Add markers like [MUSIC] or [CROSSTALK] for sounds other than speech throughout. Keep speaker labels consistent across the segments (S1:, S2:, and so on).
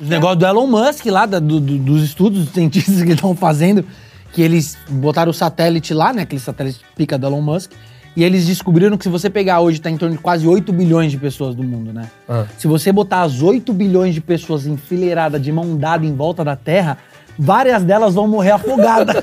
S1: Os negócios do Elon Musk lá, da- do- do- dos estudos dos cientistas que estão fazendo, que eles botaram o satélite lá, né? Aquele satélite pica do Elon Musk. E eles descobriram que se você pegar hoje, tá em torno de quase 8 bilhões de pessoas do mundo, né?
S2: Ah.
S1: Se você botar as 8 bilhões de pessoas enfileiradas de mão dada em volta da Terra, várias delas vão morrer afogadas.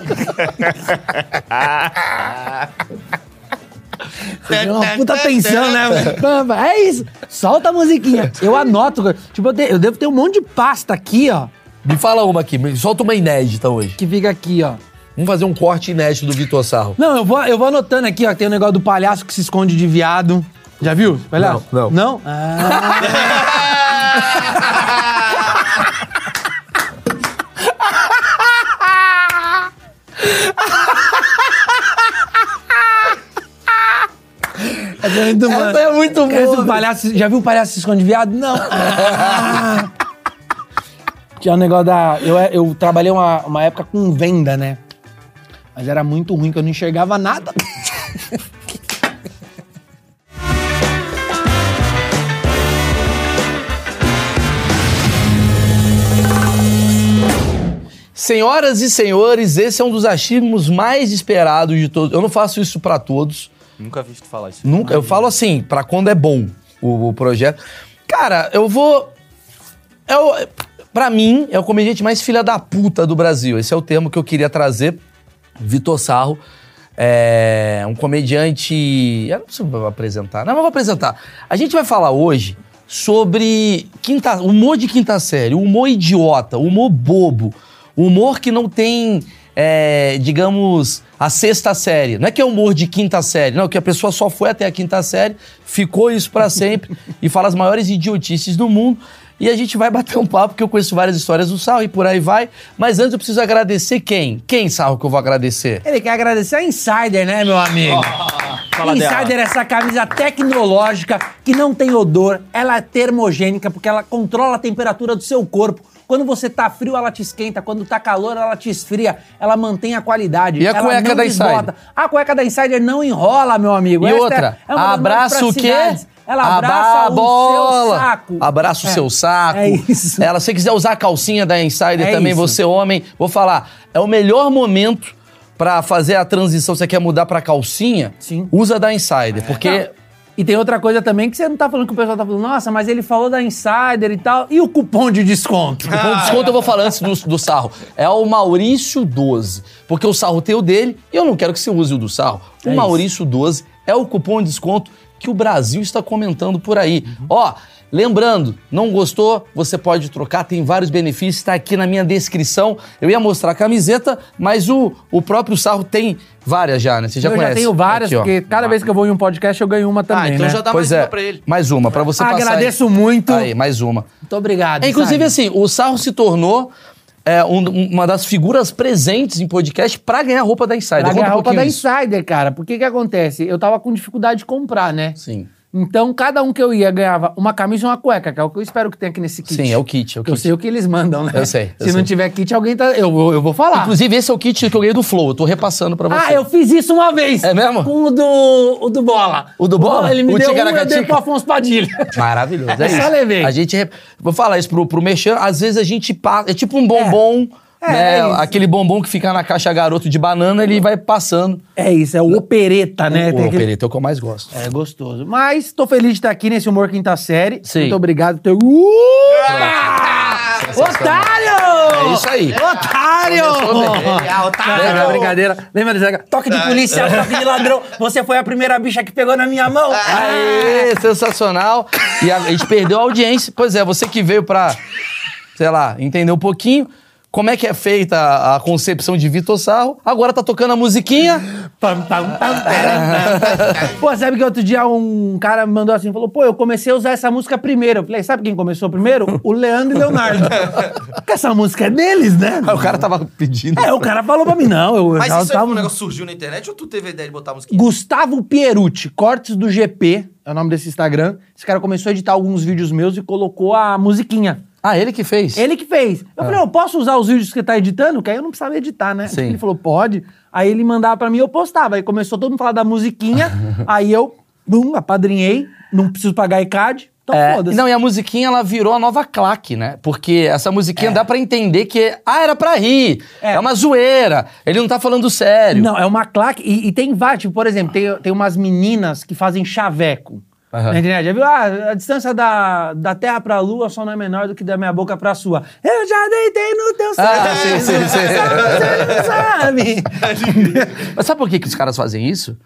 S1: Você deu uma puta atenção, né? Bamba, É isso. Solta a musiquinha. Eu anoto. Tipo, eu, te- eu devo ter um monte de pasta aqui, ó.
S2: Me fala uma aqui, me- solta uma inédita hoje.
S1: Que fica aqui, ó.
S2: Vamos fazer um corte inédito do Vitor Sarro.
S1: Não, eu vou, eu vou anotando aqui, ó. que Tem o negócio do palhaço que se esconde de viado. Já viu? Palhaço?
S2: Não,
S1: Não? Ah,
S2: Essa é muito
S1: é muito bom.
S2: boa,
S1: Esse
S2: velho.
S1: um palhaço, já viu o palhaço se esconde de viado? Não. Ah. Tinha um negócio da. Eu, eu trabalhei uma, uma época com venda, né? Mas era muito ruim que eu não enxergava nada.
S2: Senhoras e senhores, esse é um dos achismos mais esperados de todos. Eu não faço isso pra todos.
S3: Nunca vi tu falar isso.
S2: Nunca. Eu falo assim, pra quando é bom o, o projeto. Cara, eu vou. É o, pra mim, é o comediante mais filha da puta do Brasil. Esse é o termo que eu queria trazer. Vitor Sarro. É um comediante. Eu não preciso apresentar. Não, mas eu vou apresentar. A gente vai falar hoje sobre quinta, humor de quinta série, humor idiota, humor bobo, humor que não tem, é, digamos, a sexta série. Não é que é humor de quinta série, não, que a pessoa só foi até a quinta série, ficou isso pra sempre [LAUGHS] e fala as maiores idiotices do mundo. E a gente vai bater um papo, porque eu conheço várias histórias do Sarro e por aí vai. Mas antes eu preciso agradecer quem? Quem, Sarro, que eu vou agradecer?
S1: Ele quer agradecer a Insider, né, meu amigo?
S2: Ah,
S3: fala
S1: Insider
S3: dela.
S1: é essa camisa tecnológica que não tem odor, ela é termogênica porque ela controla a temperatura do seu corpo. Quando você tá frio, ela te esquenta. Quando tá calor, ela te esfria. Ela mantém a qualidade.
S2: E a
S1: ela
S2: cueca
S1: não
S2: da
S1: desbota.
S2: Insider?
S1: A cueca da Insider não enrola, meu amigo.
S2: E
S1: Esta
S2: outra,
S1: é uma das
S2: abraça o quê?
S1: praticidades. Ela abraça
S2: Aba-
S1: o seu
S2: bola.
S1: saco.
S2: Abraça o
S1: É,
S2: seu saco.
S1: É isso.
S2: Ela, se você quiser usar a calcinha da Insider
S1: É
S2: também,
S1: isso.
S2: você homem, vou falar, é o melhor momento pra fazer a transição, você quer mudar pra calcinha?
S1: Sim. É.
S2: Usa da Insider, porque
S1: Não. E tem outra coisa também que você não tá falando que o pessoal tá falando, nossa, mas ele falou da Insider e tal. E o cupom de desconto?
S2: O ponto de desconto eu vou falar antes do, do sarro. É o Maurício 12. Porque o sarro tem o dele e eu não quero que você use o do sarro. O
S1: É isso.
S2: Maurício 12 é o cupom de desconto que o Brasil está comentando por aí. Ó, lembrando, não gostou? Você pode trocar, tem vários benefícios, está aqui na minha descrição. Eu ia mostrar a camiseta, mas o, o próprio sarro tem várias já, né? Você já
S1: eu
S2: conhece.
S1: já tenho várias,
S2: Aqui, ó.
S1: porque cada vez que eu vou em um podcast eu ganho uma também,
S3: Ah, então
S1: né?
S3: já dá
S2: Pois
S3: mais
S2: é,
S3: uma pra ele.
S2: mais uma, pra você passar. aí.
S1: Ah, Agradeço muito.
S2: Aí, mais uma.
S1: Muito obrigado.
S2: É, inclusive,
S1: sabe?
S2: assim, o Sarro se tornou é, um- uma das figuras presentes em podcast pra ganhar roupa da Insider.
S1: Pra
S2: Conta
S1: ganhar
S2: um
S1: roupa
S2: pouquinho
S1: da
S2: isso.
S1: Insider, cara. Porque que acontece? Eu tava com dificuldade de comprar, né?
S2: Sim.
S1: Então, cada um que eu ia ganhava uma camisa e uma cueca, que é o que eu espero que tenha aqui nesse kit.
S2: Sim, é o kit, é o
S1: Eu
S2: kit.
S1: sei o que eles mandam, né?
S2: Eu sei, eu
S1: Se
S2: sei.
S1: não tiver kit, alguém tá... Eu, vou- eu vou falar.
S2: Inclusive, esse é o kit que eu ganhei do Flow. Eu tô repassando pra você.
S1: Ah, eu fiz isso uma vez.
S2: É mesmo?
S1: Com o do, o do Bola.
S2: O do Bola?
S1: Ele me
S2: O
S1: deu um, eu
S2: Ticaracatica?
S1: dei pro Afonso Padilha. [LAUGHS]
S2: Maravilhoso, é
S1: Só
S2: isso.
S1: levei.
S2: A gente... re- Vou falar isso pro, pro Merchan. Às vezes a gente passa... É tipo um bombom...
S1: É,
S2: né?
S1: é isso.
S2: Aquele bombom que fica na caixa garoto de banana, ele vai passando.
S1: É isso, é o opereta, né?
S2: o
S1: Tem
S2: o
S1: aquele-
S2: Perito é o que eu mais gosto.
S1: É gostoso. Mas tô feliz de estar aqui nesse Humor Quinta Série.
S2: Sim.
S1: Muito obrigado por ter... Uh! Upa! Otário!
S2: É isso aí.
S1: Otário!
S2: Começou bem.
S1: Ah, otário! Lembra, brincadeira. Lembra desse negócio? Toque de policial, toque de ladrão. Você foi a primeira bicha que pegou na minha mão.
S2: Ah. Aê,
S1: Ah.
S2: sensacional. E a gente perdeu a audiência. Pois é, você que veio pra, sei lá, entender um pouquinho como é que é feita a, a concepção de Vitor Sarro. Agora tá tocando a musiquinha.
S1: Pam, pam, pam, taram, tam. pô, sabe que outro dia um cara me mandou assim, falou, pô, eu comecei a usar essa música primeiro. Eu falei, sabe quem começou primeiro? O Leandro e Leonardo. Porque essa música é deles, né?
S2: Aí o cara tava pedindo.
S1: É, o cara falou pra mim, não, eu
S3: Mas
S1: já
S3: isso aí
S1: tava...
S3: foi um negócio que surgiu na internet ou tu teve a ideia de botar a musiquinha?
S1: Gustavo Pierucci, Cortes do GP, é o nome desse Instagram. Esse cara começou a editar alguns vídeos meus e colocou a musiquinha.
S2: Ah, ele que fez.
S1: Ele que fez. Eu falei, eu posso usar os vídeos que você tá editando? Que aí eu não precisava editar, né?
S2: Ah. Sim.
S1: Ele falou, pode. Aí ele mandava pra mim, eu postava.
S2: [LAUGHS]
S1: Aí começou todo mundo a falar da musiquinha. aí eu, bum, apadrinhei. Não preciso pagar ICAD. Então
S2: É,
S1: foda-se.
S2: Não, e a musiquinha ela virou a nova claque, né? Porque essa musiquinha dá pra entender que, ah, era pra rir, é.
S1: É.
S2: uma zoeira, ele não tá falando sério.
S1: Não, é uma claque. E, e tem vários, tipo, por exemplo, tem, tem umas meninas que fazem chaveco.
S2: Aham.
S1: Na internet, já viu? Ah, a distância da, da Terra pra Lua só não é menor do que da minha boca pra sua. Eu já deitei no teu saco.
S2: Ah, sim, sim, sim.
S1: Você não sabe.
S2: Mas sabe por que, que os caras fazem isso?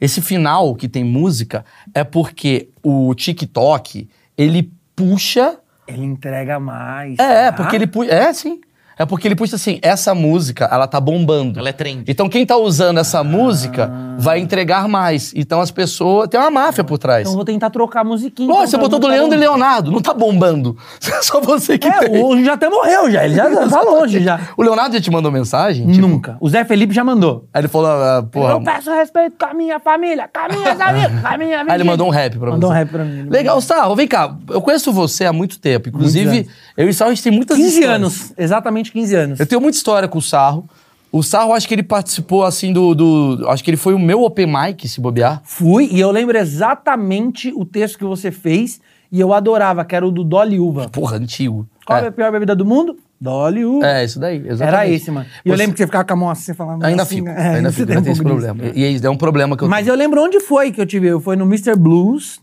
S2: Esse final que tem música é porque o TikTok, ele puxa
S1: Ele entrega mais.
S2: É, é,
S1: tá?
S2: porque ele puxa. É, sim. É porque ele puxa assim, essa música, ela tá bombando.
S3: Ela é trend.
S2: Então quem tá usando
S1: Ah.
S2: essa música vai entregar mais. Então as pessoas. Tem uma máfia por trás.
S1: Então vou tentar trocar a musiquinha.
S2: Pô,
S1: então,
S2: você
S1: pra
S2: botou do
S1: não tá
S2: Leandro e
S1: longe.
S2: Leonardo, não tá bombando. [LAUGHS] Só você que
S1: É,
S2: tem.
S1: o já até morreu, já. Ele já tá longe já.
S2: O Leonardo já te mandou mensagem? [LAUGHS] Tipo,
S1: Nunca. tá O Zé Felipe já mandou.
S2: Aí ele falou, ah, porra.
S1: Eu peço respeito com a minha família, com
S2: [LAUGHS]
S1: a minhas amigas, com a minha vida.
S2: Aí ele mandou um rap pra
S1: Mandou
S2: você.
S1: um rap pra mim.
S2: Legal, Sarro, vem cá. Eu conheço você há muito tempo. Inclusive,
S1: Muitos
S2: eu e o Sarro, a gente tem muitas
S1: 15
S2: histórias.
S1: anos, exatamente 15 anos.
S2: Eu tenho muita história com o Sarro. O Sarro, acho que ele participou, assim, do, do- Acho que ele foi o meu open mic, se bobear.
S1: Fui e eu lembro exatamente o texto que você fez e eu adorava, que era o do Dolly Uva.
S2: Porra, antigo.
S1: Qual é a
S2: é,
S1: pior bebida do mundo? Dolly Uva.
S2: é, isso daí, exatamente.
S1: era esse, mano. E eu
S2: Você-
S1: lembro que você ficava com a mão assim, você falava...
S2: Ainda
S1: assim,
S2: fico,
S1: né? É,
S2: ainda
S1: você
S2: fico,
S1: tem
S2: ainda
S1: um
S2: tem esse
S1: pouco disso.
S2: problema. E isso é um problema que eu
S1: Mas eu lembro onde foi que eu tive. Eu fui no Mr. Blues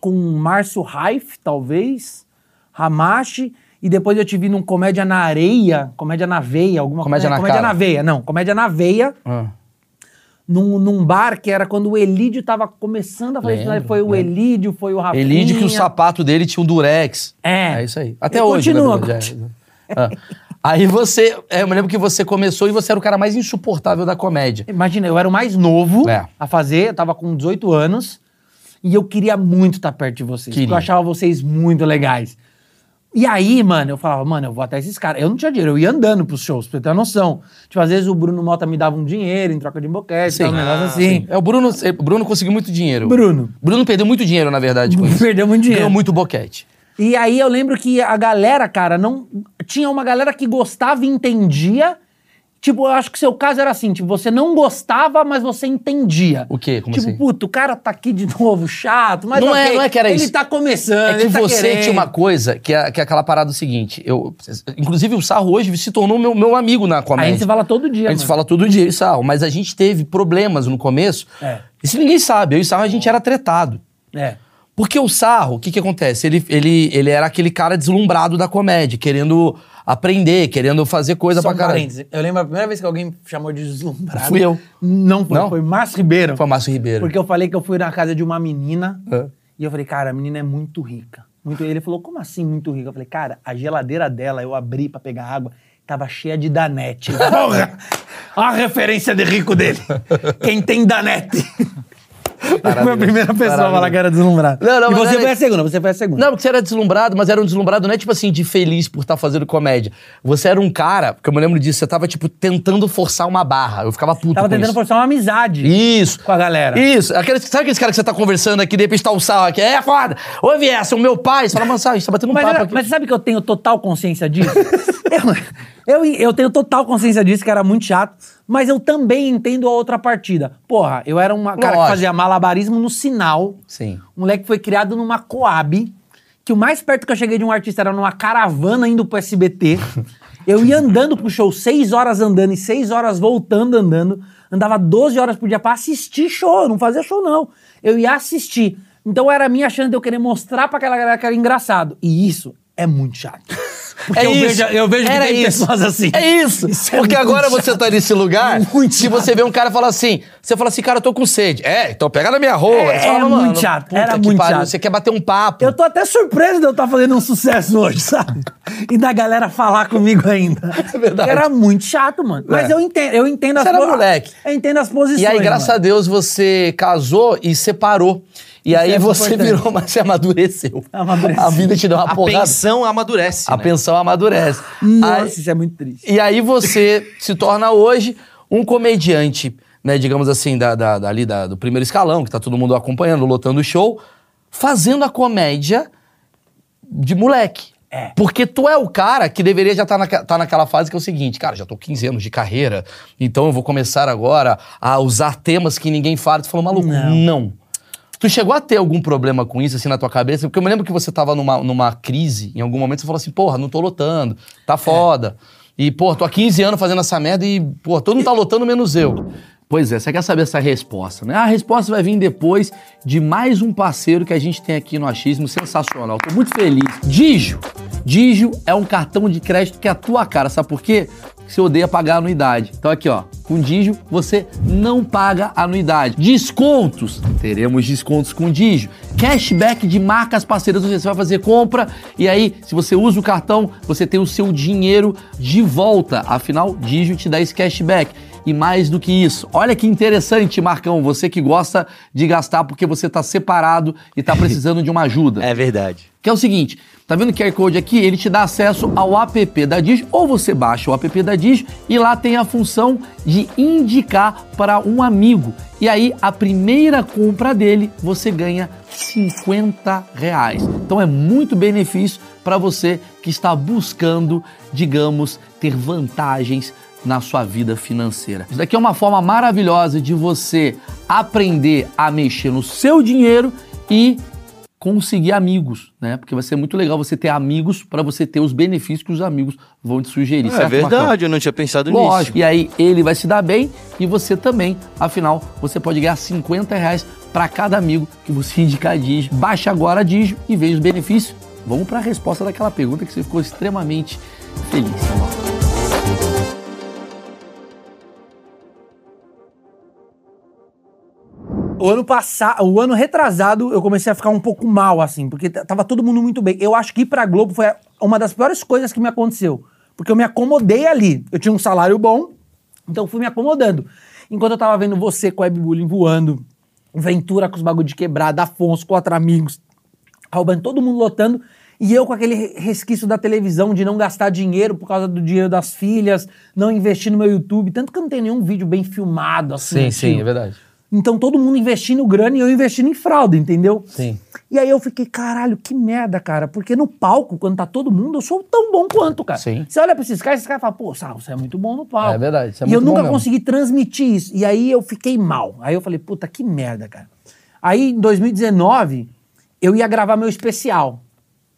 S1: com o Márcio Raif, talvez, Hamashi, e depois eu tive num Comédia na Areia, Comédia na Veia, alguma
S2: Comédia na
S1: coisa. comédia
S2: Cara.
S1: na Veia, não. Comédia na Veia,
S2: Ah.
S1: num, num bar que era quando o Elídio tava começando a fazer isso. né?
S2: Lembro,
S1: Foi o
S2: lembro.
S1: Elídio, foi o Rafinha.
S2: Elide que o sapato dele tinha um durex.
S1: É.
S2: É isso aí. Até
S1: E
S2: hoje,
S1: continua,
S2: na verdade,
S1: continua.
S2: é. Ah. Aí você... é, eu me lembro que você começou e você era o cara mais insuportável da comédia.
S1: Imagina, eu era o mais novo
S2: É.
S1: a fazer, eu tava com 18 anos, e eu queria muito estar perto de vocês, porque
S2: Queria.
S1: eu achava vocês muito legais. E aí, mano, eu falava, mano, eu vou até esses caras. Eu não tinha dinheiro, eu ia andando pros shows, pra você ter uma noção. Tipo, às vezes o Bruno Mota me dava um dinheiro em troca de boquete,
S2: Sim.
S1: tal, um negócio
S3: Ah,
S1: assim.
S2: É, o Bruno, o Bruno conseguiu muito dinheiro.
S1: Bruno.
S2: Bruno perdeu muito dinheiro, na verdade, com isso.
S1: assim. [LAUGHS] Perdeu muito dinheiro.
S2: Ganhou muito boquete.
S1: E aí eu lembro que a galera, cara, não. Tinha uma galera que gostava e entendia. Tipo, eu acho que seu caso era assim, tipo, você não gostava, mas você entendia.
S2: O quê? Como
S1: tipo,
S2: assim?
S1: puto, o cara tá aqui de [LAUGHS] novo, chato, mas
S2: Não é-
S1: ok,
S2: não é que era
S1: ele
S2: isso.
S1: tá começando,
S2: É que
S1: ele tá
S2: você
S1: querendo.
S2: tinha uma coisa que é, que é aquela parada do seguinte. Eu, inclusive, o Sarro hoje se tornou meu, meu amigo na comédia.
S1: Aí a gente se fala todo dia,
S2: A gente se
S1: mano.
S2: fala todo dia, eu e Sarro. Mas a gente teve problemas no começo.
S1: É.
S2: Isso ninguém sabe. Eu e Sarro, a gente era tretado.
S1: É.
S2: Porque o Sarro, o que que acontece? Ele, ele, ele era aquele cara deslumbrado da comédia, querendo aprender, querendo fazer coisa
S1: Só um
S2: pra caralho.
S1: parênteses. Eu lembro a primeira vez que alguém me chamou de deslumbrado.
S2: Fui eu.
S1: Não foi,
S2: Não?
S1: foi Márcio Ribeiro.
S2: Foi o Márcio Ribeiro.
S1: Porque eu falei que eu fui na casa de uma menina
S2: É.
S1: e eu falei, cara, a menina é muito rica. Muito... Ele falou, como assim muito rica? Eu falei, cara, a geladeira dela, eu abri pra pegar água, tava cheia de Danete. [LAUGHS] Porra! A referência de rico dele. Quem
S2: [LAUGHS]
S1: tem Danete? Foi a primeira pessoa a falar que era deslumbrado.
S2: Não, não,
S1: e
S2: mas
S1: você
S2: era-
S1: foi a segunda, você foi a segunda.
S2: Não, porque você era deslumbrado, mas era um deslumbrado não é tipo assim, de feliz por estar fazendo comédia. Você era um cara, porque eu me lembro disso, você tava tipo tentando forçar uma barra. Eu ficava puto
S1: tava
S2: com
S1: tentando
S2: tipo isso.
S1: forçar uma amizade
S2: Isso.
S1: com a galera.
S2: Isso. Aqueles, sabe aqueles caras que você tá conversando aqui, de repente tá o sal aqui, é foda. Ouve essa, o meu pai. Você fala, mano, Sal, a gente tá batendo um
S1: Mas,
S2: papo
S1: era-
S2: aqui.
S1: mas sabe que eu tenho total consciência
S2: [LAUGHS]
S1: disso? eu, eu, eu tenho total consciência disso, que era muito chato. Mas eu também entendo a outra partida. Porra, eu era um cara
S2: Lógico.
S1: que fazia malabarismo no sinal.
S2: Sim.
S1: Um moleque foi criado numa Coab, que o mais perto que eu cheguei de um artista era numa caravana indo pro SBT. [LAUGHS] Eu ia andando pro show, seis horas andando e seis horas voltando andando. Andava 12 horas por dia pra assistir show, eu não fazia show não. Eu ia assistir. Então era a minha chance de eu querer mostrar pra aquela galera que era engraçado. E isso é muito chato. [LAUGHS] É Porque eu, Vejo, eu vejo que
S2: É Era
S1: tem
S2: isso.
S1: pessoas assim.
S2: É isso.
S1: é
S2: Porque
S1: muito
S2: agora você tá nesse lugar,
S1: Muito
S2: se você vê um cara falar assim, você fala assim, cara, eu tô com sede. É, então pega na minha rola.
S1: É,
S2: Você fala,
S1: era
S2: mano,
S1: muito chato,
S2: puta
S1: era
S2: que
S1: muito
S2: pariu,
S1: chato.
S2: Você quer bater um papo.
S1: Eu tô até surpreso de eu estar fazendo um sucesso hoje, sabe? E da galera falar comigo ainda.
S2: É verdade.
S1: Era muito chato, mano. Mas
S2: É.
S1: eu entendo, eu entendo
S2: Você
S1: as
S2: era
S1: po-
S2: moleque.
S1: Eu entendo as posições.
S2: E aí, graças
S1: mano.
S2: a Deus, você casou e separou. E aí
S1: é muito
S2: você
S1: importante.
S2: virou, [LAUGHS] mas você amadureceu.
S1: Amadureceu.
S2: A vida te deu uma
S3: A
S2: porrada.
S3: pensão amadurece,
S2: A
S3: né?
S2: pensão amadurece.
S1: Nossa,
S2: Aí-
S1: isso é muito triste.
S2: e aí você se torna hoje um comediante, né? Digamos assim, da, da, da- ali da- do primeiro escalão, que tá todo mundo acompanhando, lotando o show, fazendo a comédia de moleque.
S1: É.
S2: Porque tu é o cara que deveria já estar naquela fase que é o seguinte, cara, já tô 15 anos de carreira, então eu vou começar agora a usar temas que ninguém fala. Tu falou, maluco, não.
S1: Não.
S2: Tu chegou a ter algum problema com isso, assim, na tua cabeça? Porque eu me lembro que você tava numa, numa crise, em algum momento você falou assim, porra, não tô lotando, tá foda. E, porra, tô há 15 anos fazendo essa merda e, porra, todo mundo tá lotando menos eu. Pois é, você quer saber essa resposta, né? A resposta vai vir depois de mais um parceiro que a gente tem aqui no Achismo, sensacional. Tô muito feliz. Digio. Digio é um cartão de crédito que é a tua cara, sabe por quê? Porque Você odeia pagar anuidade. Então aqui, ó, com Digio você não paga anuidade. Descontos. Teremos descontos com Digio. Cashback de marcas parceiras, ou seja, você vai fazer compra e aí, se você usa o cartão, você tem o seu dinheiro de volta. Afinal, Digio te dá esse cashback. E mais do que isso, olha que interessante, Marcão, você que gosta de gastar porque você está separado e está precisando de uma ajuda.
S3: É verdade.
S2: Que é o seguinte, tá vendo o QR Code aqui? Ele te dá acesso ao app da Diz, ou você baixa o app da Diz e lá tem a função de indicar para um amigo. E aí, a primeira compra dele, você ganha 50 reais. Então é muito benefício para você que está buscando, digamos, ter vantagens na sua vida financeira. Isso daqui é uma forma maravilhosa de você aprender a mexer no seu dinheiro e conseguir amigos, né? Porque vai ser muito legal você ter amigos para você ter os benefícios que os amigos vão te sugerir.
S3: é
S2: certo, Marcão?
S3: verdade, eu não tinha pensado
S2: Lógico.
S3: nisso.
S2: E aí ele vai se dar bem e você também. Afinal, você pode ganhar 50 reais para cada amigo que você indicar a Digio. Baixa agora a Digio e veja os benefícios. Vamos para a resposta daquela pergunta que você ficou extremamente feliz. Vamos lá.
S1: O ano passado, o ano retrasado, eu comecei a ficar um pouco mal, assim, porque t- tava todo mundo muito bem. Eu acho que ir pra Globo foi a- uma das piores coisas que me aconteceu. Porque eu me acomodei ali. Eu tinha um salário bom, então fui me acomodando. Enquanto eu tava vendo você com o webbullying voando, Ventura com os bagulho de quebrada, Afonso, quatro amigos, roubando, todo mundo lotando, e eu com aquele re- resquício da televisão de não gastar dinheiro por causa do dinheiro das filhas, não investir no meu YouTube, tanto que eu não tenho nenhum vídeo bem filmado, assim.
S4: é
S1: tipo,
S2: é verdade.
S1: então todo mundo investindo grana e eu investindo em fralda, entendeu?
S2: Sim.
S1: E aí eu fiquei, caralho, que merda, cara. Porque no palco, quando tá todo mundo, eu sou tão bom quanto, cara.
S2: Sim.
S1: Você olha pra esses caras, esses caras falam, pô, Sarro, você é muito bom no palco.
S2: É verdade, você é
S1: e eu
S2: muito bom
S1: nunca
S2: mesmo.
S1: consegui transmitir isso. E aí eu fiquei mal. Aí eu falei, puta, que merda, cara. Aí em 2019, eu ia gravar meu especial.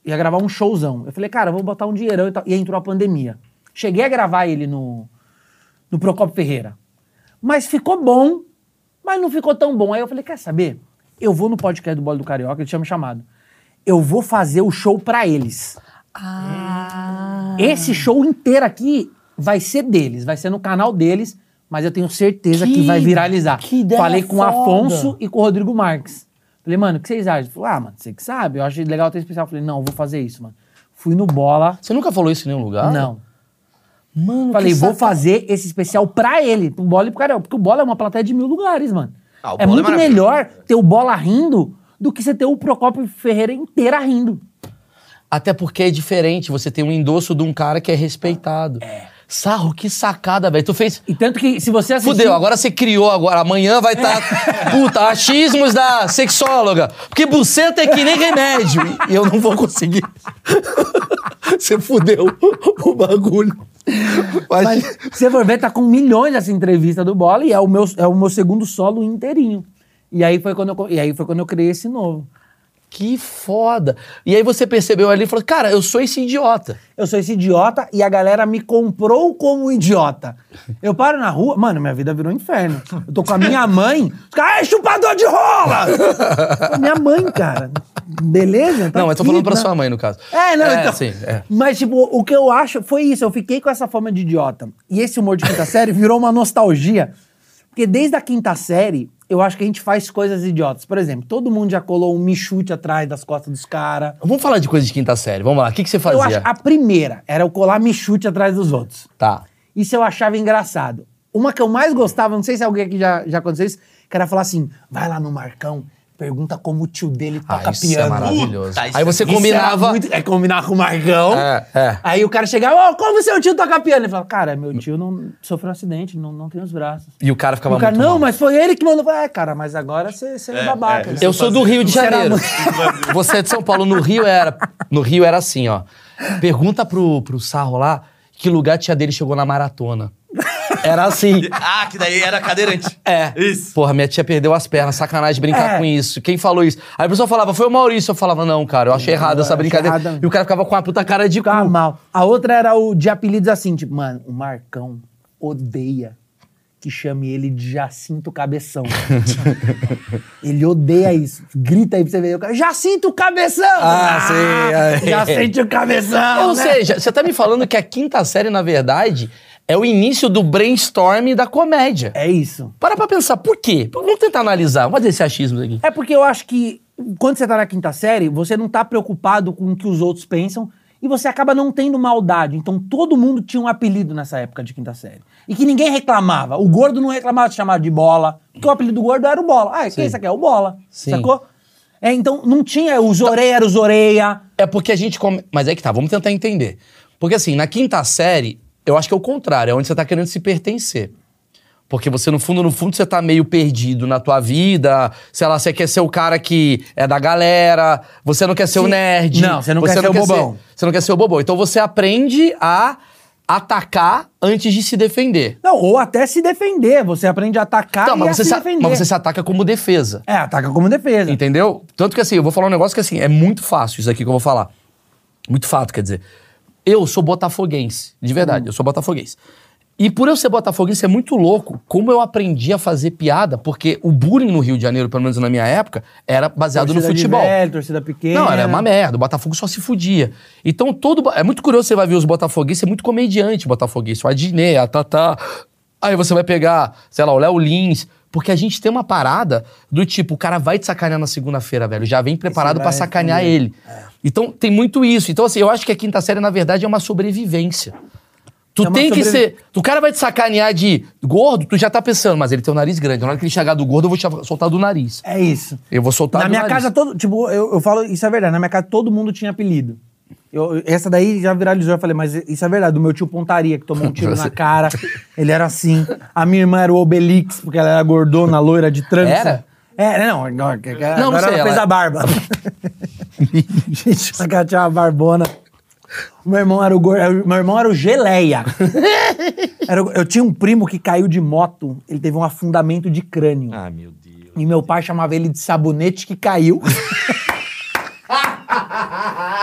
S1: Ia gravar um showzão. Eu falei, cara, eu vou botar um dinheirão e tal. E aí entrou a pandemia. Cheguei a gravar ele no, no Procopio Ferreira. Mas ficou bom, mas não ficou tão bom. Aí eu falei, quer saber? Eu vou no podcast do Bola do Carioca, ele tinha me chamado. Eu vou fazer o show pra eles.
S2: Ah.
S1: Esse show inteiro aqui vai ser deles, vai ser no canal deles, mas eu tenho certeza que,
S2: Que-
S1: vai viralizar.
S2: que ideia
S1: Falei com o
S2: foda.
S1: Afonso e com o Rodrigo Marques. Falei, mano, o que vocês acham? Ele falou, ah, mano, você que sabe, eu achei legal ter especial. Falei, não, eu vou fazer isso, mano. Fui no Bola,
S2: Você nunca falou isso em nenhum lugar?
S1: não.
S2: Mano, que
S1: Falei, vou
S2: saca-
S1: fazer esse especial pra ele, pro Bola e pro Carioca. Porque o Bola é uma plateia de mil lugares, mano.
S3: Ah, o
S1: é
S3: Bola é
S1: muito
S3: maravilhoso.
S1: melhor ter o Bola rindo do que você ter o Procópio Ferreira inteira rindo.
S2: Até porque é diferente, você tem um endosso de um cara que é respeitado. Sarro, que sacada, velho. Tu fez.
S1: E tanto que se você assistir...
S2: Fudeu, agora você criou agora. Amanhã vai estar.
S1: É.
S2: Puta, achismos da sexóloga. Porque buceta é que nem remédio. E eu não vou conseguir. Você fudeu o bagulho. Mas-
S1: Mas, se você for ver, tá com milhões essa entrevista do Bola e é o meu, é o meu segundo solo inteirinho. E aí, foi quando eu, co- e aí foi quando eu criei esse novo.
S2: Que foda. E aí você percebeu ali e falou: cara, eu sou esse idiota.
S1: Eu sou esse idiota e a galera me comprou como um idiota. Eu paro na rua, mano, minha vida virou um inferno. Eu tô com a minha mãe, os caras, "É chupador de rola! Pô, minha mãe, cara. Beleza? Tá
S2: não, mas tô
S1: aqui,
S2: falando pra
S1: tá-
S2: sua mãe, no caso.
S1: É, não,
S2: é,
S1: então.
S2: Sim, é.
S1: Mas, tipo, o que eu acho foi isso. Eu fiquei com essa fama de idiota. E esse humor de quinta [LAUGHS] série virou uma nostalgia. Porque desde a quinta série, eu acho que a gente faz coisas idiotas. Por exemplo, todo mundo já colou um michute atrás das costas dos caras.
S2: Vamos falar de coisa de quinta série. Vamos lá. O que, que você
S1: Eu
S2: fazia?
S1: acho a primeira era eu colar michute atrás dos outros.
S2: Tá.
S1: Isso eu achava engraçado. Uma que eu mais gostava, não sei se alguém aqui já, já aconteceu isso, que era falar assim: vai lá no Marcão, pergunta como o tio dele
S2: Ah,
S1: toca
S2: isso é
S1: piano.
S2: maravilhoso.
S3: Puta, isso
S2: aí
S3: é-
S2: você
S1: Isso era
S2: combinava.
S1: muito- é combinar com o Marcão.
S2: É, é.
S1: Aí o cara chegava, ô, como seu tio toca piano? Ele falava, cara, meu tio não sofreu um acidente, não, não tem os braços.
S2: E o cara ficava
S1: O cara,
S2: muito.
S1: não,
S2: mal.
S1: mas foi ele que mandou. É, cara, mas agora você você é, babaca.
S3: é.
S1: né?
S2: Eu sou do Rio de
S1: Você era
S2: Janeiro.
S1: muito-
S2: [LAUGHS] Você é de São Paulo. No Rio era. No Rio era assim, ó. Pergunta pro, pro Sarro lá que lugar a tia dele chegou na maratona. Era assim.
S3: [LAUGHS] Ah, que daí era cadeirante.
S2: É.
S3: Isso.
S2: Porra, minha tia perdeu as pernas, sacanagem
S1: É.
S2: brincar com isso. Quem falou isso? Aí a pessoa falava, foi o Maurício. Eu falava, não, cara, eu achei errado essa
S1: achei
S2: brincadeira.
S1: errado.
S2: E o cara ficava com a puta cara de cu.
S1: Ficava Tá mal. A outra era o de apelidos assim, tipo, mano, o Marcão odeia que chame ele de
S2: [LAUGHS]
S1: Jacinto Cabeção. ele odeia isso. Grita aí pra você ver. O cara, Jacinto Cabeção!
S2: Ah, sim, é.
S1: Jacinto Cabeção!
S2: Ou
S1: né?
S2: seja, você tá me falando que a quinta série, na verdade, é o início do brainstorm da comédia.
S1: É isso.
S2: Para pra pensar, por quê? Vamos tentar analisar. Vamos fazer esse achismo aqui.
S1: É porque eu acho que quando você tá na quinta série, você não tá preocupado com o que os outros pensam e você acaba não tendo maldade. Então todo mundo tinha um apelido nessa época de quinta série. E que ninguém reclamava. O gordo não reclamava de chamar de bola, porque o apelido do gordo era o bola. Ah, quem isso aqui é o bola?
S2: Sim.
S1: Sacou? É, então não tinha os orelha, era os orelha.
S2: É porque a gente. Come... Mas é que tá, vamos tentar entender. Porque assim, na quinta série, eu acho que é o contrário, é onde você tá querendo se pertencer. Porque você, no fundo, no fundo, você tá meio perdido na tua vida. Sei lá, você quer ser o cara que é da galera, você não quer ser o
S1: Sim.
S2: nerd.
S1: Não, você não quer ser o bobão.
S2: você não quer ser o bobão. Então você aprende a atacar antes de se defender.
S1: Não, ou até se defender. Você aprende a atacar
S2: Tá,
S1: e a
S2: mas, você
S1: se
S2: se,
S1: defender.
S2: mas você se ataca como defesa.
S1: É, ataca como defesa.
S2: Entendeu? Tanto que assim, eu vou falar um negócio que assim, é muito fácil isso aqui que eu vou falar. Muito fato, quer dizer. Eu sou botafoguense, de verdade, eu sou botafoguense. E por eu ser botafoguense é muito louco como eu aprendi a fazer piada, porque o bullying no Rio de Janeiro, pelo menos na minha época, era baseado
S1: Torcida
S2: no
S1: de
S2: futebol.
S1: velho, torcida pequena.
S2: Não, era uma merda. O Botafogo só se fudia. Então, todo. bo- É muito curioso, você vai ver os botafoguenses, é muito comediante botafoguense. O Adnet, a Tatá. Aí você vai pegar, sei lá, o Léo Lins. Porque a gente tem uma parada do tipo, o cara vai te sacanear na segunda-feira, velho. Já vem preparado
S1: vai É.
S2: pra sacanear ele. Então, tem muito isso. Então, assim, eu acho que a quinta série, na verdade, é uma sobrevivência. Tu
S1: É uma
S2: tem que
S1: sobrevi-
S2: ser. O cara vai te sacanear de gordo, tu já tá pensando, mas ele tem o nariz grande. Na hora que ele chegar do gordo, eu vou te soltar do nariz.
S1: É isso.
S2: Eu vou soltar
S1: na
S2: do
S1: minha
S2: nariz.
S1: casa, todo. Tipo, eu, eu falo, isso é verdade. Na minha casa, todo mundo tinha apelido. Eu- eu- essa daí já viralizou. Eu falei, mas isso é verdade. Do meu tio Pontaria, que tomou
S2: [LAUGHS]
S1: um tiro na cara. Ele era assim. A minha irmã era o Obelix, porque ela era gordona, loira de trança.
S2: Era?
S1: É, não. Não, agora
S2: não sei,
S1: ela,
S2: ela-
S1: fez
S2: [LAUGHS]
S1: a barba. Gente, ela tinha uma barbona. Meu irmão era o, gor- meu irmão era
S2: [LAUGHS]
S1: o Geleia. Era o- eu tinha um primo que caiu de moto. Ele teve um afundamento de crânio.
S3: Ah, meu Deus.
S1: E meu pai chamava ele de sabonete que caiu.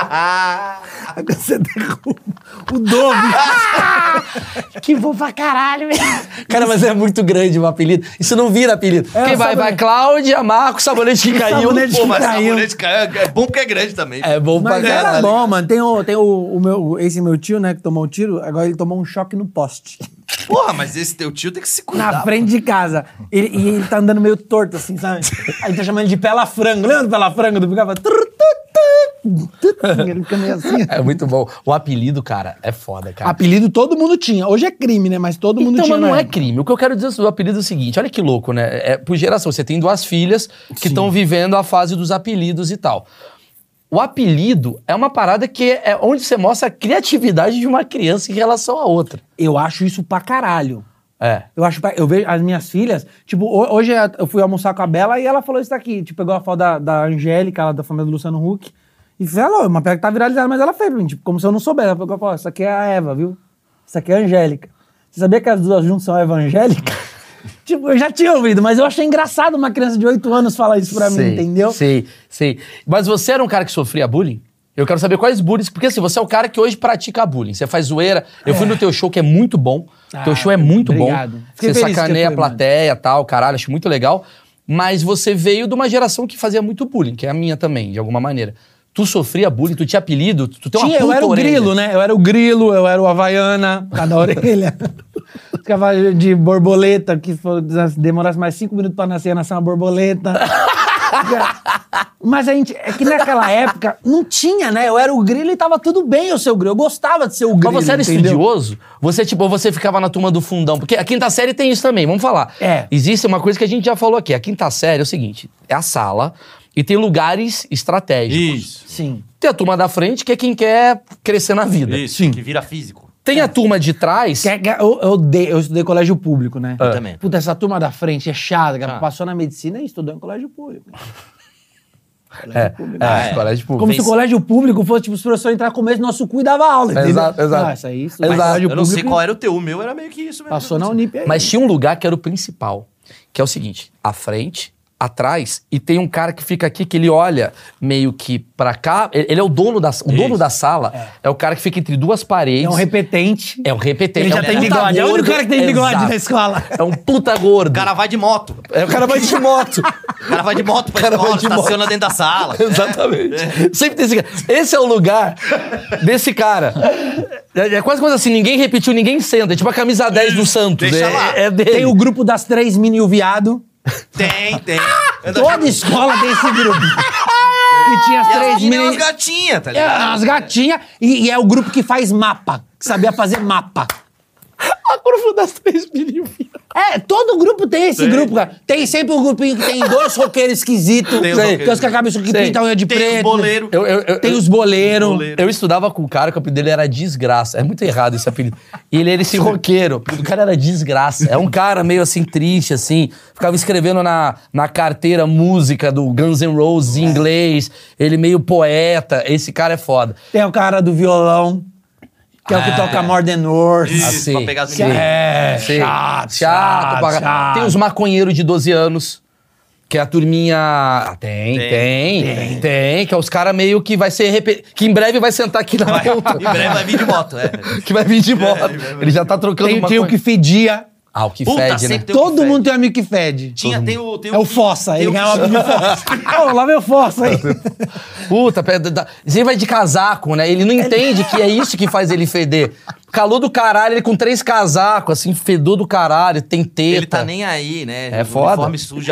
S1: Aí você derruba o dobro.
S2: [LAUGHS] Que bom pra caralho, velho. Cara, mas é muito grande o apelido. Isso não vira apelido.
S1: É,
S2: Quem vai?
S1: sabonete.
S2: Vai Cláudia, Marcos, sabonete que caiu.
S1: Sabonete.
S3: Pô, mas
S1: Caiu.
S3: sabonete caiu. É bom porque é grande também.
S2: É bom
S1: Mas
S2: pra
S1: era
S2: caralho.
S1: bom, mano. Tem, o, tem o, o meu, esse meu tio, né, que tomou um tiro, agora ele tomou um choque no poste.
S3: Porra, mas esse teu tio tem que se cuidar.
S1: Na frente de casa. Ele- e ele tá andando meio torto, assim, sabe? Aí tá chamando ele de pela frango. Lembra do pela frango? Do ficava... tru, tu, tu, tu, Ele fica meio assim.
S2: É muito bom. O apelido, cara, é foda, cara.
S1: Apelido todo mundo tinha. Hoje é crime, né? Mas todo mundo
S2: Então,
S1: tinha. né?
S2: mas não é
S1: na época.
S2: crime. O que eu quero dizer sobre o apelido é o seguinte: olha que louco, né? É por geração. Você tem duas filhas que estão vivendo a fase dos apelidos e tal. O apelido é uma parada que é onde você mostra a criatividade de uma criança em relação à outra.
S1: Eu acho isso pra caralho.
S2: É.
S1: Eu acho, pa- eu vejo as minhas filhas, tipo, ho- hoje a- eu fui almoçar com a Bela e ela falou isso daqui, tipo, pegou a foto da, da Angélica, lá da família do Luciano Huck, e falou, uma pega que tá viralizada, mas ela fez pra mim, tipo, como se eu não soubesse, ela pegou e falou, isso aqui é a Eva, viu? Isso aqui é a Angélica. Você sabia que as duas juntas são evangélicas? tipo, eu já tinha ouvido, mas eu achei engraçado uma criança de 8 anos falar isso pra
S2: Sei,
S1: mim, entendeu?
S2: Sei, sei. Mas você era um cara que sofria bullying? Eu quero saber quais bullying, porque assim, você é o cara que hoje pratica bullying. Você faz zoeira. Eu fui no teu show, que é muito bom. teu
S1: Ah,
S2: show é muito
S1: obrigado.
S2: bom.
S1: Fiquei
S2: você
S1: feliz que você
S2: sacaneia
S1: foi,
S2: a plateia e tal, caralho, acho muito legal. Mas você veio de uma geração que fazia muito bullying, que é a minha também, de alguma maneira. Tu sofria bullying, tu tinha apelido, tu tem uma
S1: Tinha, eu
S2: puta
S1: era o
S2: orelha. Tá
S1: grilo, né? Eu era o grilo, eu era o Havaiana, cada orelha. [LAUGHS] Ficava de borboleta, que fo- demorasse mais cinco minutos pra nascer, ia nascer uma borboleta. Mas a gente, é que naquela época não tinha, né? Eu era o grilo e tava tudo bem eu ser o grilo. Eu gostava de ser o grilo.
S2: Mas você era
S1: entendeu?
S2: estudioso? Você, tipo, ou você ficava na turma do fundão? Porque a quinta série tem isso também, vamos falar.
S1: É.
S2: Existe uma coisa que a gente já falou aqui. A quinta série é o seguinte: é a sala e tem lugares estratégicos.
S3: Isso.
S1: Sim.
S2: Tem a turma da frente, que é quem quer crescer na vida.
S3: Isso. Que vira físico.
S1: É.
S2: Tem a turma de trás.
S1: Que- que- Eu, eu, dei- eu estudei em colégio público, né?
S3: Eu também.
S2: Tá.
S1: Puta, essa turma da frente é chata, cara.
S3: Ah.
S1: Passou na medicina e estudou em colégio público.
S2: É, é,
S3: é.
S2: colégio público.
S1: Como se o colégio público fosse, tipo, os professores entrar no começo, nosso cu e dava aula, entendeu?
S2: Exato, exato.
S1: Ah, isso aí, isso
S2: Exato.
S1: mas
S3: Eu não sei
S1: público
S3: qual era o teu, o meu era meio que isso mesmo.
S1: Passou na Unip aí.
S2: Mas tinha um lugar que era o principal, que é o seguinte: à frente, atrás, e tem um cara que fica aqui que ele olha meio que pra cá. Ele ele é o dono da, o dono
S3: Isso.
S2: da sala, é. o cara que fica entre duas paredes.
S1: é um repetente.
S2: É um repetente. é
S1: Ele já
S2: um
S1: tem
S2: puta
S1: bigode. É o único
S2: gordo.
S1: cara que tem bigode
S2: Exato.
S1: na escola.
S2: É um puta gordo.
S3: O cara vai de moto.
S2: é, o cara vai de moto.
S3: O cara vai de
S1: [LAUGHS]
S3: moto pra
S2: O cara vai
S3: escola,
S2: de moto.
S3: estaciona dentro da sala.
S2: [LAUGHS] Exatamente. Sempre tem esse cara. Esse é o lugar desse cara. É, é quase coisa assim, ninguém repetiu, ninguém senta. É tipo a camisa 10 do Santos.
S3: Deixa
S2: é,
S3: lá.
S2: é dele.
S1: Tem o grupo das três mini e o viado.
S3: Tem, tem.
S1: Toda escola tem esse grupo. que tinha as
S3: E as
S1: três
S3: meninas umas
S1: mini...
S3: gatinhas, tá
S1: É,
S3: ligado?
S1: As gatinhas. E, e é o grupo que faz mapa. Que sabia fazer mapa.
S2: a curva das três meninas.
S1: É, todo grupo tem esse
S3: Tem.
S1: grupo, cara. Tem sempre um grupinho que tem dois roqueiros esquisitos.
S3: Tem
S1: Tem
S3: os roqueiros.
S1: os que a cabeça que
S2: Sei.
S1: pinta a unha de
S3: Tem os
S1: preto.
S3: boleiro.
S2: Eu, eu, eu,
S1: Tem
S2: eu-
S1: os boleiros.
S3: Boleiro.
S2: Eu estudava com um cara que o apelido dele era Desgraça. É muito errado esse apelido. E ele era esse roqueiro. O apelido do cara era Desgraça. É um cara meio assim, triste, assim. Ficava escrevendo na, na carteira música do Guns N' Roses em inglês. Ele meio poeta. Esse cara é foda.
S1: Tem o cara do violão, que é, o que
S2: É.
S1: toca More Than North.
S3: Isso,
S2: Assim,
S3: pra pegar as
S2: sim.
S3: meninas.
S1: É,
S2: Sim. Chato,
S1: chato, chato,
S2: pra
S1: chato,
S2: caralho. Tem os maconheiros de 12 anos. Que é a turminha. Ah, tem,
S3: Tem,
S2: tem, tem, Que é os caras meio que vai ser. repe- Que em breve vai sentar aqui na
S1: É
S2: ponta.
S3: Em breve vai vir de moto, é.
S2: [LAUGHS] Que vai vir de volta.
S3: em breve
S2: Ele já tá trocando
S1: Tem,
S2: uma
S1: tem o
S2: coisa.
S1: que fedia.
S2: Ah, o que
S3: Puta,
S2: fede,
S3: sempre
S2: né?
S3: Tem o que
S1: Todo
S3: fede.
S1: mundo tem um amigo que fede.
S3: Tinha, tem o... Tem um
S1: É o Fossa,
S3: tem
S1: ele
S3: o-
S1: ganhava o apelido de Fossa. Ô, lá vem o Fossa aí.
S2: Puta, pera, da- ele vai de casaco, né? Ele não entende que é isso que faz ele feder. Calor do caralho, ele com três casacos, assim, fedor do caralho, tem teta.
S3: Ele tá nem aí, né?
S2: É foda.
S3: Uniforme sujo,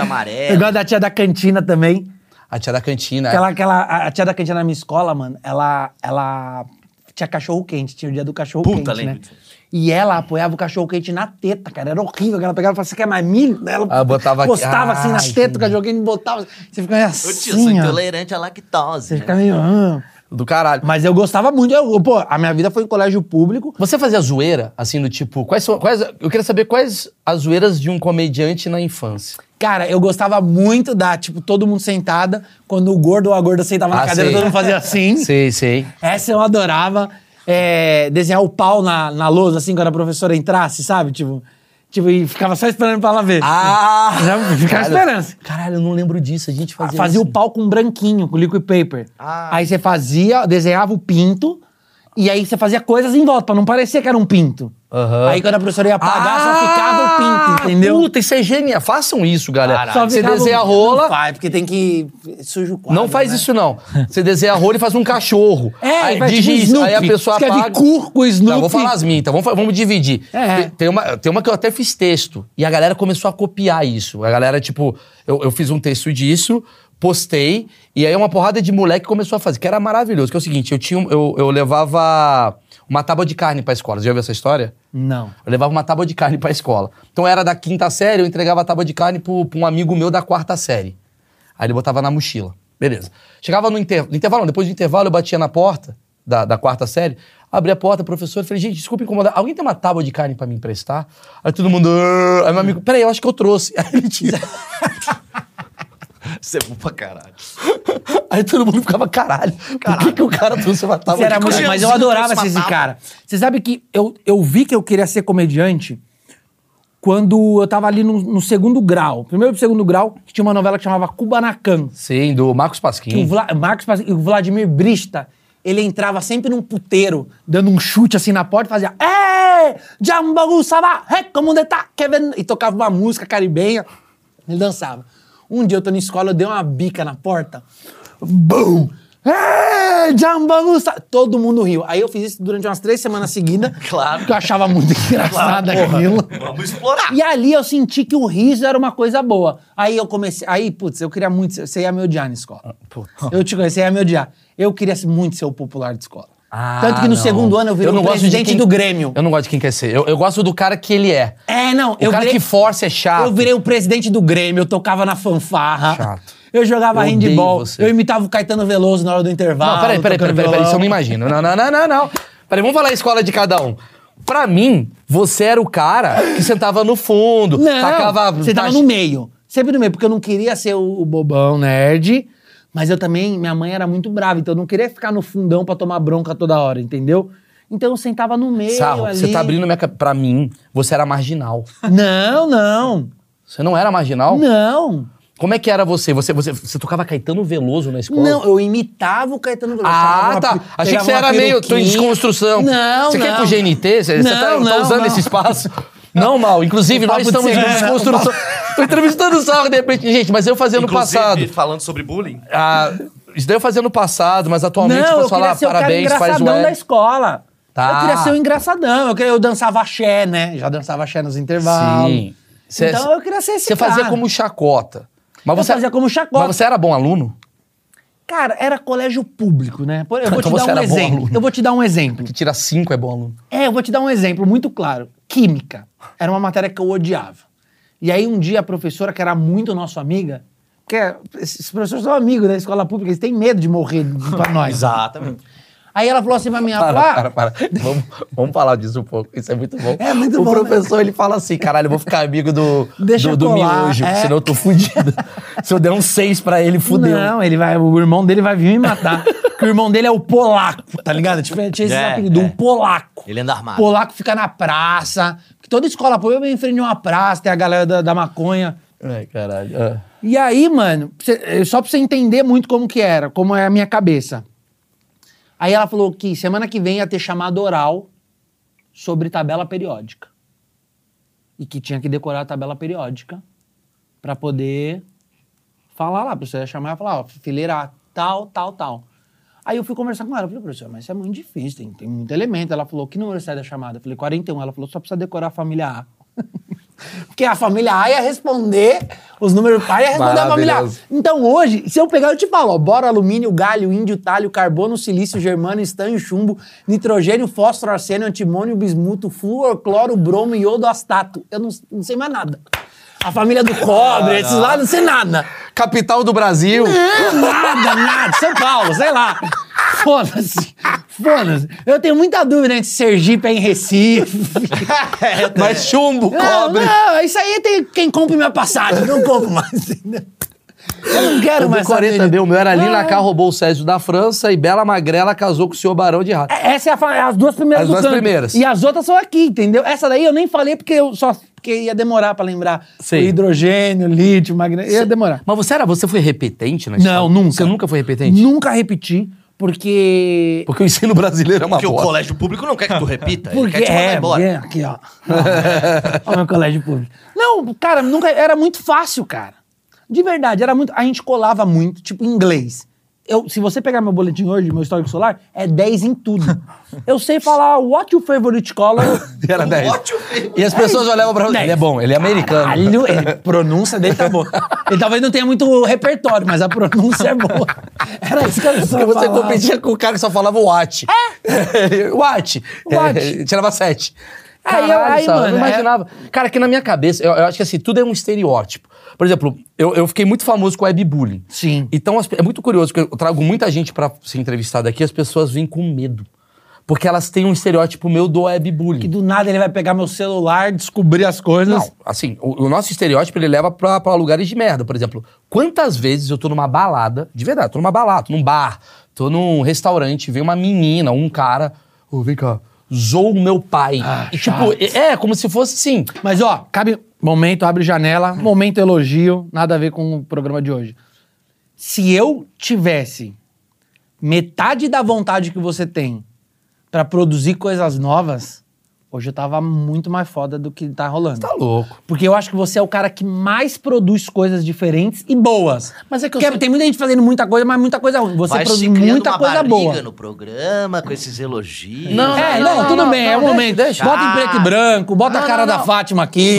S1: [LAUGHS]
S3: amarelo.
S1: Eu gosto da tia da cantina também.
S2: A tia da cantina. é,
S1: Aquela, aquela, a a tia da cantina na minha escola, mano, ela, ela tinha cachorro quente, tinha o dia do cachorro
S3: Puta,
S1: quente,
S3: lembro
S1: né?
S3: disso.
S1: E ela apoiava o cachorro quente na teta, cara. Era horrível. que Ela pegava e falava, você quer mais milho? Daí Ela
S2: Ah, botava aqui.
S1: postava assim na
S2: Ah,
S1: teta, o cachorro quente botava. Você ficava meio assim.
S3: Ô, tio, sou
S1: ó.
S3: intolerante à lactose.
S1: Você
S3: né?
S1: fica meio. "Ah".
S2: Do caralho.
S1: Mas eu gostava muito. Eu, pô, a minha vida foi em colégio público.
S2: Você fazia zoeira, assim, do tipo, quais são. Quais, eu queria saber quais as zoeiras de um comediante na infância.
S1: Cara, eu gostava muito da, tipo, todo mundo sentada. Quando o gordo ou a gorda sentava
S2: Ah,
S1: na cadeira,
S2: sei.
S1: todo mundo fazia assim.
S2: Sei, sei.
S1: Essa eu adorava. É, desenhar o pau na, na lousa, assim, quando a professora entrasse, sabe? Tipo, tipo e ficava só esperando pra ela ver.
S2: Ah!
S1: Já fica a
S2: Caralho.
S1: esperança.
S2: Caralho, eu não lembro disso. A gente fazia.
S1: Fazia, o
S2: isso.
S1: pau com um branquinho, com liquid paper.
S3: Ah.
S1: Aí você fazia, desenhava o pinto, e aí você fazia coisas em volta, pra não parecer que era um pinto.
S2: Aham.
S1: Aí quando a professora ia apagar, só
S2: Ah,
S1: ficava o pinto, entendeu?
S2: Puta, isso é genial. Façam isso, galera.
S1: Só
S2: Você
S1: ficava o-
S2: desenha a
S1: Não
S2: rola,
S1: faz, porque tem que... Suja o quadro,
S2: Não faz
S1: né?
S2: isso, não. Você desenha a rola e faz um cachorro.
S1: É,
S2: aí
S1: faz
S2: dirige
S1: tipo
S2: isso. Aí a
S1: Snoopy.
S2: pessoa
S1: Escreve
S2: apaga.
S1: cu com
S2: Tá,
S1: Snoopy.
S2: vou falar as minhas, então. Vamos, fa- vamos dividir.
S1: É.
S2: Tem, tem uma, tem uma que eu até fiz texto. E a galera começou a copiar isso. A galera, tipo, eu, eu fiz um texto disso, postei, e aí uma porrada de moleque começou a fazer, que era maravilhoso. Que é o seguinte, eu, tinha, um- eu, eu levava uma tábua de carne pra escola. Você já ouviu essa história?
S1: Não.
S2: Eu levava uma tábua de carne pra escola. Então era da quinta série, eu entregava a tábua de carne pro, pra um amigo meu da quarta série. Aí ele botava na mochila. Beleza. Chegava no, inter... no intervalo, não, depois do intervalo eu batia na porta da, da quarta série, abri a porta, professor, falei, gente, desculpa incomodar, alguém tem uma tábua de carne pra me emprestar? Aí todo mundo, "Ah." aí meu amigo, peraí, eu acho que eu trouxe. [LAUGHS] Aí ele tira.
S3: Você é bom pra caralho.
S2: Aí todo mundo ficava, caralho, por que, que o cara trouxe uma tábua
S1: Você era
S2: de carne?
S1: muito- mas eu
S3: Cozinhãozinho
S1: adorava
S3: trouxe
S1: ser
S3: uma
S1: esse
S3: tábua.
S1: cara. Você sabe que eu, eu vi que eu queria ser comediante quando eu tava ali no, no segundo grau. Primeiro pro segundo grau, que tinha uma novela que chamava Kubanacan.
S2: Sim, do Marcos
S1: Que o
S2: Pasquim.
S1: Vla, Marcos Pas- e o Vladimir Brista, ele entrava sempre num puteiro, dando um chute assim na porta e fazia "É, Jambagu Sabá, é como de tá, quer ver?" E tocava uma música caribenha. Ele dançava. Um dia eu tô na escola, eu dei uma bica na porta. Bum! "É, Jambagu Sabá." Todo mundo riu. Aí eu fiz isso durante umas três semanas seguidas.
S3: Claro.
S1: Porque eu achava muito engraçado aquilo.
S3: [LAUGHS] Vamos explorar.
S1: E ali eu senti que o riso era uma coisa boa. Aí eu comecei. Aí, putz, eu queria muito. ser- Você ia me odiar na
S2: Ah,
S1: escola. Eu te conheci, você ia me odiar. Eu queria ser- muito ser o popular de escola.
S2: Ah,
S1: Tanto que no
S2: não.
S1: segundo ano eu virei
S2: não
S1: o
S2: gosto de
S1: presidente
S2: quem-
S1: do Grêmio.
S2: Eu não gosto de quem quer ser. Eu, eu gosto do cara que ele é.
S1: É, não.
S2: O cara que força é chato.
S1: Eu virei o presidente do Grêmio, eu tocava na fanfarra.
S2: Chato.
S1: Eu jogava
S2: Eu odeio
S1: handball.
S2: você.
S1: Eu imitava o Caetano Veloso na hora do intervalo.
S2: Não, peraí, peraí, peraí,
S1: tocando
S2: peraí, peraí,
S1: violão.
S2: isso eu não imagino. Não, não, não, não, não. Peraí, vamos falar a escola de cada um. Pra mim, você era o cara que sentava no fundo,
S1: Não,
S2: tacava.
S1: você tava
S2: tach-
S1: no meio. Sempre no meio, porque eu não queria ser o, o bobão nerd, Mas eu também, minha mãe era muito brava, então eu não queria ficar no fundão pra tomar bronca toda hora, entendeu? Então eu sentava no meio
S2: Sarro,
S1: ali.
S2: você tá abrindo minha. ca- Pra mim, você era marginal.
S1: Não, não.
S2: Você não era marginal?
S1: Não.
S2: Como é que era você? Você, você, você tocava Caetano Veloso na escola?
S1: Não, eu imitava o Caetano Veloso.
S2: Ah,
S1: Pegava uma
S2: tá.
S1: pe-
S2: Achei que
S1: pegava
S2: você
S1: uma
S2: era meio. Tô em
S1: peruquinha.
S2: desconstrução.
S1: Não,
S2: Você quer ir
S1: não.
S2: pro GNT? Você, você tá,
S1: Não,
S2: tá
S1: não,
S2: usando
S1: não.
S2: esse espaço? Não, mal. Inclusive,
S1: O
S2: nós
S1: papo de
S2: estamos em
S1: segunda.
S2: desconstrução. [LAUGHS] Tô entrevistando o Sarro de repente. Gente, mas eu fazia no
S3: Inclusive,
S2: passado.
S3: falando sobre bullying,
S2: Ah, isso daí eu fazia no passado, mas atualmente
S1: Não, eu
S2: posso falar
S1: queria ser o cara
S2: tipo, parabéns, faz
S1: engraçadão
S2: o
S1: da
S2: L.
S1: escola.
S2: Tá.
S1: Eu queria ser o engraçadão. Eu, queria, eu dançava axé, né? Já dançava axé nos intervalos.
S2: Sim. Cê-
S1: então eu queria ser esse
S2: Você
S1: cara.
S2: fazia como chacota. Mas
S1: Eu
S2: você,
S1: fazia como chacota.
S2: Mas você era bom aluno?
S1: Cara, era colégio público, né? Por- Eu vou
S2: Então
S1: te
S2: você
S1: dar um
S2: era bom
S1: exemplo.
S2: aluno.
S1: Eu vou te dar um exemplo.
S2: Que tira cinco é bom aluno.
S1: É, eu vou te dar um exemplo muito claro. Química. Era uma matéria que eu odiava. E aí um dia a professora, que era muito nossa amiga, porque esses professores são amigos da escola pública, eles têm medo de morrer de-
S2: [LAUGHS]
S1: pra nós.
S3: Exatamente.
S1: Aí ela falou assim pra mim, ela
S2: Para,
S1: falou,
S2: para,
S1: ah,
S2: para. [LAUGHS] Vamos, vamos falar disso um pouco. Isso é muito bom.
S1: É muito
S2: o
S1: bom, né?
S2: professor, ele fala assim, caralho, eu vou ficar amigo do,
S1: Deixa
S2: do, do
S1: colar,
S2: miojo,
S1: é.
S2: senão eu tô
S1: [LAUGHS]
S2: fudido. Se eu der um seis pra ele, fudeu.
S1: Não, ele vai, o irmão dele vai vir
S2: [LAUGHS]
S1: me matar. porque o irmão dele é o polaco, tá ligado? Tipo, tinha esse
S3: É,
S1: apelido,
S3: é.
S1: um polaco.
S3: Ele anda armado.
S1: Polaco fica na praça. Porque toda escola pública vem em frente a uma praça, tem a galera da, da maconha.
S2: Ai, caralho. Ah.
S1: E aí, mano, cê- eh, só pra você entender muito como que era, como é a minha cabeça. Aí ela falou que semana que vem ia ter chamada oral sobre tabela periódica. E que tinha que decorar a tabela periódica pra poder falar lá, pra você chamar e falar, ó, fileira tal, tal, tal. Aí eu fui conversar com ela, eu falei, professor, mas isso é muito difícil, tem, tem muito elemento. Ela falou, que número sai da chamada? Eu falei, 41. Ela falou, só precisa decorar a família A. [LAUGHS] Porque a família A ia responder os números, A ia responder a família A.
S2: Maravilhoso.
S1: Então hoje, se eu pegar, eu te falo, ó, boro, alumínio, galho, índio, talho, carbono, silício, germano, estanho, chumbo, nitrogênio, fósforo, arsênio, antimônio, bismuto, flúor, cloro, bromo, iodo, astato. Eu não, não sei mais nada. A família do cobre, esses lá, não sei nada.
S2: Capital do Brasil.
S1: Nada, nada. São Paulo, sei lá. Foda-se. Foda-se. Eu tenho muita dúvida entre Sergipe e Recife.
S2: [LAUGHS] Mas chumbo,
S1: Não,
S2: cobre.
S1: não, isso aí tem quem compra minha passagem. Não compro mais, entendeu? Eu não quero
S2: Eu vi
S1: mais.
S2: 40
S1: saber.
S2: deu. O meu era Lina
S1: Ah.
S2: K, roubou o Césio da França e Bela Magrela casou com o senhor Barão de Rato.
S1: É, Essa é a fa- as duas primeiras
S2: As
S1: do
S2: duas
S1: canto.
S2: primeiras.
S1: E as outras são aqui, entendeu? Essa daí eu nem falei porque eu só porque ia demorar pra lembrar.
S2: Sei.
S1: O hidrogênio, lítio, magnésio. Ia demorar.
S2: Mas você era, você foi repetente na escola?
S1: Não, nunca.
S2: Você nunca foi repetente?
S1: Nunca repeti, porque.
S2: Porque o ensino brasileiro é uma
S3: Porque o
S2: bosta.
S3: colégio público não quer que tu repita. ele
S1: Porque
S3: quer te mandar
S1: é,
S3: embora.
S1: é, aqui, ó. Ó, meu colégio público. Não, cara, nunca era muito fácil, cara. De verdade, era muito. A gente colava muito, tipo, inglês. Eu, se você pegar meu boletim hoje, meu histórico solar, é 10
S2: [LAUGHS]
S1: em tudo. Eu sei falar what your favorite color.
S2: Era 10.
S3: Ótimo, filho.
S2: E as pessoas olhavam pra você.
S1: Dez.
S2: Ele é bom, ele é americano.
S1: Caralho, ele- a pronúncia dele tá boa. Ele talvez não tenha muito repertório, mas a pronúncia é boa. Era isso que eu
S2: Porque você
S1: falava.
S2: competia com o cara que só falava Watt. [LAUGHS] É? Watt. [LAUGHS]
S1: Watt.
S2: É, tirava sete.
S1: Aí,
S2: Caralho,
S1: aí,
S2: Sal, eu
S1: mano, é.
S2: não imaginava. Cara, que na minha cabeça, eu, eu acho que assim, tudo é um estereótipo. Por exemplo, eu, eu fiquei muito famoso com webbullying.
S1: Sim.
S2: Então, as pe- é muito curioso, porque eu trago muita gente pra ser entrevistada aqui, as pessoas vêm com medo. Porque elas têm um estereótipo meu do webbullying.
S1: Que do nada ele vai pegar meu celular, descobrir as coisas.
S2: Não, assim, o, o nosso estereótipo ele leva pra, pra lugares de merda. Por exemplo, quantas vezes eu tô numa balada, de verdade, tô numa balada, tô num bar, tô num restaurante, vem uma menina, um cara, ô, vem cá, zoou o meu pai.
S1: Ah,
S2: e, tipo,
S1: chato.
S2: é, é como se fosse assim.
S1: Mas ó, cabe. Momento, abre janela, momento elogio, nada a ver com o programa de hoje. Se eu tivesse metade da vontade que você tem pra produzir coisas novas, hoje eu tava muito mais foda do que tá rolando.
S2: Tá louco.
S1: Porque eu acho que você é o cara que mais produz coisas diferentes e boas.
S2: Mas é que eu
S1: Porque
S2: sei-
S1: tem muita gente fazendo muita coisa, mas muita coisa ruim. Você
S3: Vai
S1: produz
S3: se criando
S1: muita
S3: uma
S1: coisa
S3: barriga
S1: boa.
S3: no programa, com esses elogios.
S2: Não,
S1: é,
S2: não,
S1: não,
S2: não,
S1: tudo
S2: não,
S1: bem, é
S2: não,
S1: o
S2: deixa,
S1: momento.
S2: deixa.
S1: Bota em
S3: Ah.
S1: preto e branco, bota
S2: Não,
S1: a cara
S2: não,
S1: da
S2: não.
S1: Fátima [LAUGHS] aqui.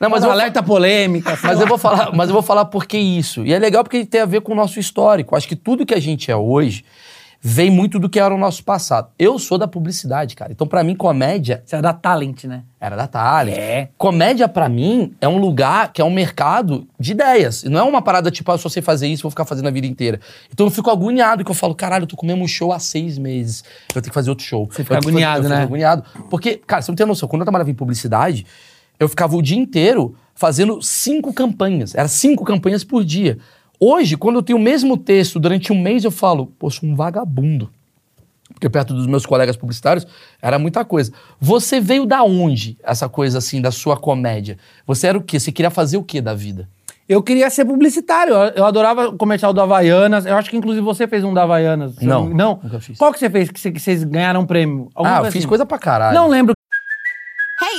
S2: Não, mas
S1: um
S2: eu vou-
S1: alerta polêmica. sei
S2: Mas
S1: lá.
S2: eu vou falar, mas eu vou falar por que isso. E é legal porque tem a ver com o nosso histórico. Acho que tudo que a gente é hoje vem muito do que era o nosso passado. Eu sou da publicidade, cara. Então, pra mim, comédia
S1: Você é da Talent, né?
S2: Era da Thalia.
S1: É.
S2: Comédia, pra mim, é um lugar que é um mercado de ideias. Não é uma parada tipo, ah, eu só sei fazer isso, vou ficar fazendo a vida inteira. Então eu fico agoniado, que eu falo, caralho, eu tô com o mesmo show há seis meses. Eu tenho que fazer outro show. Você
S1: fica agoniado, né?
S2: agoniado. Porque, cara, você não tem noção, quando eu trabalhava em publicidade, eu ficava o dia inteiro fazendo cinco campanhas. Era cinco campanhas por dia. Hoje, quando eu tenho o mesmo texto durante um mês, eu falo, pô, sou um vagabundo. Porque perto dos meus colegas publicitários era muita coisa. Você veio da onde essa coisa assim da sua comédia? Você era o quê? Você queria fazer o quê da vida?
S1: Eu queria ser publicitário. Eu eu adorava o comercial do Havaianas. Eu acho que, inclusive, você fez um da Havaianas. se eu
S2: Não,
S1: me- Não?
S2: nunca fiz.
S1: Qual que você fez que você- que vocês ganharam um prêmio? Alguma
S2: ah, eu fiz
S1: assim.
S2: coisa pra caralho.
S1: Não lembro.
S5: Hey,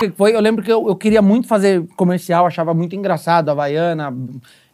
S1: o que foi. Eu lembro que eu, eu queria muito fazer comercial, achava muito engraçado, Havaiana,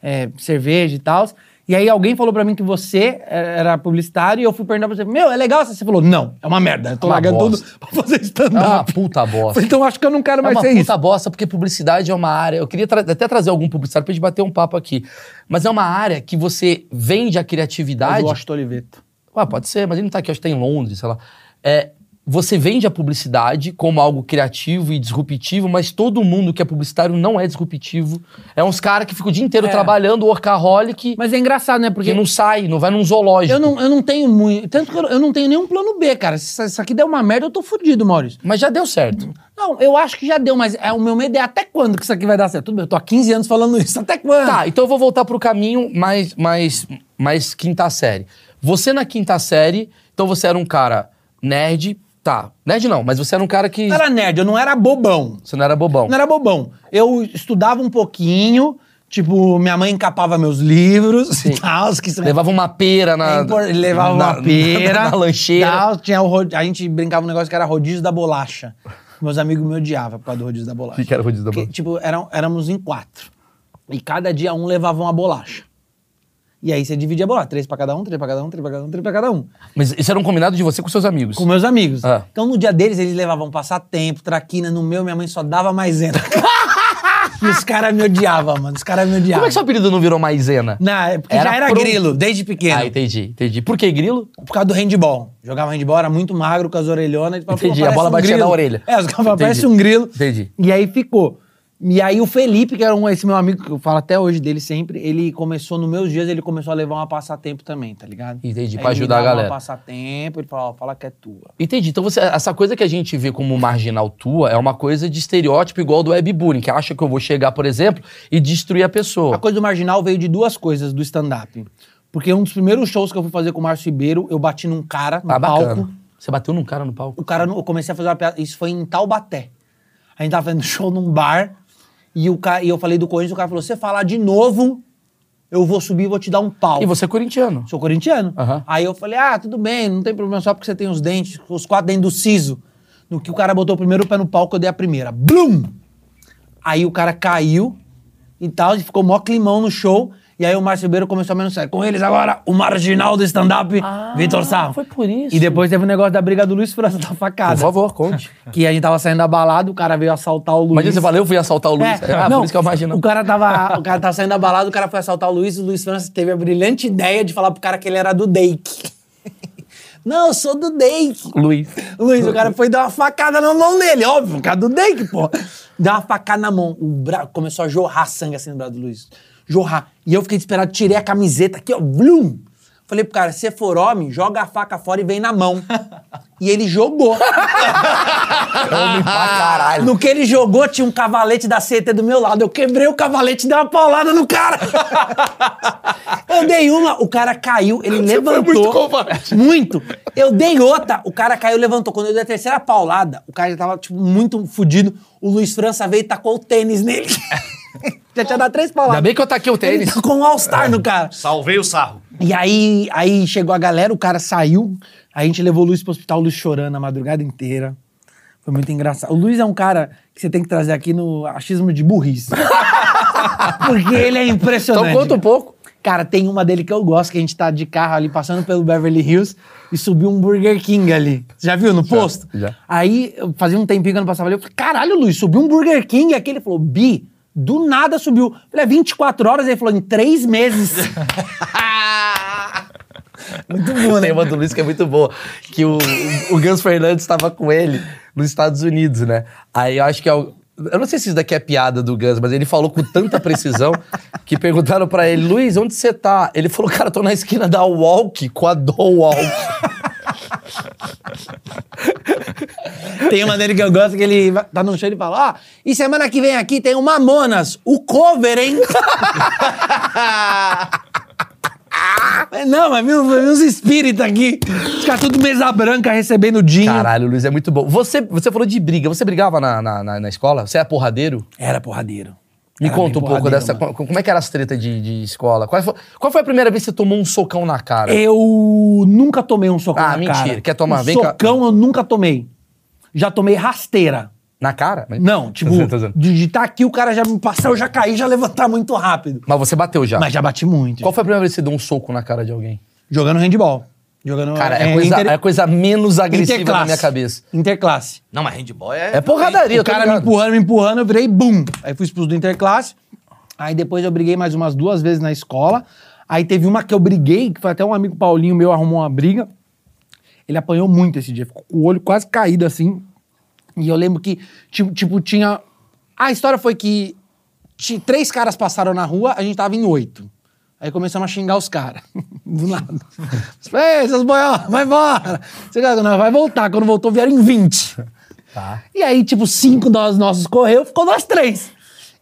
S1: é, cerveja e tal. E aí alguém falou pra mim que você é, era publicitário e eu fui perguntar pra você, meu, é legal? essa?" Você falou, não, é uma merda, eu tô
S2: Uma
S1: largando
S2: bosta.
S1: tudo pra fazer
S2: É uma
S1: stand-up. [LAUGHS]
S2: puta bosta.
S1: Então acho que eu não quero
S2: é
S1: mais
S2: uma
S1: ser
S2: puta
S1: isso.
S2: bosta, porque publicidade é uma área. Eu queria tra- até trazer algum publicitário pra gente bater um papo aqui. Mas é uma área que você vende a
S1: Mas
S2: criatividade.
S1: eu acho Oliveto.
S2: Ah, pode ser, mas ele não tá aqui, acho que tá em Londres, sei lá. É, você vende a publicidade como algo criativo e disruptivo, mas todo mundo que é publicitário não é disruptivo. É uns caras que ficam o dia inteiro
S1: É.
S2: trabalhando, workaholic,
S1: Mas é engraçado, né? Porque
S2: que não sai, não vai num zoológico.
S1: eu, não, eu não tenho muito. Tanto que eu, eu não tenho nenhum plano B, cara. Se isso- isso aqui der uma merda, eu tô fudido, Maurício.
S2: Mas já deu certo.
S1: Não, eu acho que já deu, mas é, o meu medo é até quando que isso aqui vai dar certo? Tudo bem, eu tô há 15 anos falando isso. Até quando?
S2: Tá, então eu vou voltar pro caminho mais, mais, mais quinta série. Você na quinta série, então você era um cara nerd, tá. Nerd não, mas você era um cara que.
S1: Eu era nerd, eu não era bobão.
S2: Você não era bobão.
S1: Não era bobão. Eu estudava um pouquinho, tipo, minha mãe encapava meus livros e tal. os Que são-
S2: Levava uma pera na.
S1: É impor-
S2: [LAUGHS]
S1: levava
S2: na-
S1: uma pera.
S2: Na, lancheira.
S1: tal, tinha o ro- A gente brincava um negócio que era rodízio da bolacha. Meus amigos me odiavam por causa do rodízio da
S2: [LAUGHS]
S1: bolacha.
S2: que era o rodízio da bolacha?
S1: tipo, eram, éramos em quatro. E cada dia um levava uma bolacha. E aí você dividia a bolacha. Três pra cada um, três pra cada um, três pra cada um, três pra cada um.
S2: Mas isso era um combinado de você com seus amigos.
S1: Com meus amigos.
S2: Ah.
S1: Então, no dia deles, eles levavam passatempo, traquina. No meu, minha mãe só dava maisena. [LAUGHS] e os caras me odiavam, mano. Os caras me odiavam.
S2: Como é que seu apelido não virou maisena?
S1: Na época
S2: Era
S1: já era
S2: pro-
S1: grilo, desde pequeno.
S2: Ah, entendi, entendi. Por que grilo?
S1: Por causa do handball. Jogava handball, era muito magro, com as orelhonas. e falava,
S2: Entendi,
S1: "Pô,
S2: a bola
S1: parece um
S2: batia
S1: grilo."
S2: na orelha.
S1: É, os caras falavam,
S2: Entendi.
S1: parece um grilo.
S2: Entendi.
S1: E aí ficou. E aí o Felipe, que era um, esse meu amigo, que eu falo até hoje dele sempre, ele começou, nos meus dias, ele começou a levar uma passatempo também, tá ligado?
S2: Entendi,
S1: Aí
S2: pra
S1: ele me
S2: ajudar a
S1: dava
S2: galera.
S1: uma passatempo, ele falava, ó, fala que é tua.
S2: Entendi. Então você, essa coisa que a gente vê como marginal tua é uma coisa de estereótipo igual do webbullying, que acha que eu vou chegar, por exemplo, e destruir a pessoa.
S1: A coisa do marginal veio de duas coisas do stand-up. Porque um dos primeiros shows que eu fui fazer com o Márcio Ribeiro, eu bati num cara no
S2: Ah,
S1: palco.
S2: bacana. Você bateu num cara no palco?
S1: O cara, não- eu comecei a fazer uma piada. Isso foi em Taubaté. A gente tava fazendo [LAUGHS] show num bar. E, o ca, e eu falei do Corinthians, o cara falou: se você falar de novo, eu vou subir e vou te dar um pau.
S2: E você é corintiano.
S1: Sou corintiano.
S2: Aham.
S1: Aí eu falei: ah, tudo bem, não tem problema, só porque você tem os dentes, os quatro dentes do siso. No que o cara botou o primeiro pé no palco, eu dei a primeira. Blum! Aí o cara caiu e tal, e ficou mó climão no show. E aí o Márcio Ribeiro começou a menos sério. Com eles agora, o marginal do stand-up, Vitor Sarro.
S2: Ah, foi por isso.
S1: E depois teve o negócio da briga do Luiz França da facada.
S2: Por favor,
S1: [LAUGHS]
S2: conte.
S1: Que a gente tava saindo da balada, o cara veio assaltar o Luiz.
S2: Imagina você falar, eu fui assaltar o Luiz.
S1: É,
S2: é- ah,
S1: não,
S2: por isso que eu imagino.
S1: O cara, tava, o cara tava saindo da balada, o cara foi assaltar o Luiz, e o Luiz França teve a brilhante ideia de falar pro cara que ele era do Dake. [LAUGHS] Não, eu sou do Dake.
S2: Luiz.
S1: Luiz, o cara foi dar uma facada na mão dele, óbvio, o cara do Dake, pô. Deu uma facada na mão, o bra... começou a jorrar sangue assim no braço do Luiz. Jorrar. E eu fiquei desesperado, tirei a camiseta aqui, ó, blum. Falei pro cara, se for homem, joga a faca fora e vem na mão. [LAUGHS] E ele jogou.
S2: Homem pra caralho.
S1: No que ele jogou, tinha um cavalete da CT do meu lado. Eu quebrei o cavalete e dei uma paulada
S2: [LAUGHS]
S1: no cara. Eu dei uma, o cara caiu, ele levantou.
S2: muito covarde.
S1: Muito. Eu dei outra, o cara caiu, levantou. Quando eu dei a terceira paulada, o cara já tava, tipo, muito fudido. O Luiz França veio e tacou o tênis nele. [LAUGHS] já tinha dado três pauladas.
S2: Ainda bem que eu taquei o
S1: Ele
S2: tênis.
S1: tacou um All-Star no cara.
S3: Salvei o sarro.
S1: E aí, aí chegou a galera, o cara saiu, a gente levou o Luiz pro hospital, o Luiz chorando a madrugada inteira. Foi muito engraçado. O Luiz é um cara que você tem que trazer aqui no achismo
S2: [LAUGHS]
S1: de burrice. Porque ele é impressionante.
S2: Então conta um pouco.
S1: Cara, tem uma dele que eu gosto, que a gente tá de carro ali, passando pelo Beverly Hills, e subiu um Burger King ali. Você já viu no posto?
S2: já.
S1: Aí, eu fazia um tempinho que eu não passava ali, eu falei, caralho, Luiz, subiu um Burger King aqui. Ele falou, Bi,
S2: [LAUGHS]
S1: do nada subiu. Eu falei, é 24 horas? Ele falou, em três meses.
S2: Muito bom, né? Tem uma do Luiz que é muito boa. Que o, o Gans Fernandes estava com ele nos Estados Unidos, né? Aí eu acho que é o. Eu não sei se isso daqui é piada do Gans, mas ele falou com tanta precisão que perguntaram pra ele, Luiz, onde você tá? Ele falou, cara, eu tô na esquina da Walk com a Don Walk.
S1: [LAUGHS] Tem uma dele que eu gosto que ele va- tá no show e fala: Ó, e semana que vem aqui tem o Mamonas, o cover, hein? [LAUGHS] Mas Não, mas viu, viu uns espíritas aqui. Os caras tudo mesa branca recebendo dinho.
S2: Caralho, Luiz, é muito bom. Você, você falou de briga. Você brigava na, na, na, na escola? Você é porradeiro?
S1: Era porradeiro.
S2: Me
S1: Era
S2: conta um pouco
S1: bem porradeiro,
S2: dessa.
S1: mano.
S2: co- Como é que era as tretas de, de escola? Qual foi, qual foi a primeira vez que você tomou um socão na cara?
S1: Eu nunca tomei um socão
S2: Ah,
S1: na
S2: mentira.
S1: cara.
S2: Quer tomar?
S1: um
S2: Vem cá.
S1: Socão eu nunca tomei. Já tomei rasteira.
S2: Na cara? Mas-
S1: Não, tipo,
S2: Tô zoando, tô zoando.
S1: de estar aqui, o cara já me passar, eu já caí, já levantar muito rápido.
S2: Mas você bateu já.
S1: Mas já bati muito.
S2: Qual foi a primeira vez que você deu um soco na cara de alguém?
S1: Jogando handball. Jogando.
S2: Cara, é, coisa,
S1: inter-
S2: é a coisa menos agressiva
S1: interclasse.
S2: na minha cabeça.
S1: Interclasse.
S3: Não, mas handball é...
S2: É porradaria,
S1: o cara me empurrando, me empurrando, eu virei bum. Aí fui expulso do interclasse. Aí depois eu briguei mais umas duas vezes na escola. Aí teve uma que eu briguei, que foi até um amigo Paulinho meu arrumou uma briga. Ele apanhou muito esse dia, ficou com o olho quase caído assim. E eu lembro que, ti- tipo, tinha. A história foi que ti- três caras passaram na rua, a gente tava em oito. Aí começamos a xingar os caras. [LAUGHS] Do nada. Ei, seus boiolas, vai embora! Você cara, não, vai voltar. Quando voltou, vieram em 20. E aí, tipo, cinco dos nossos correu, ficou nós três.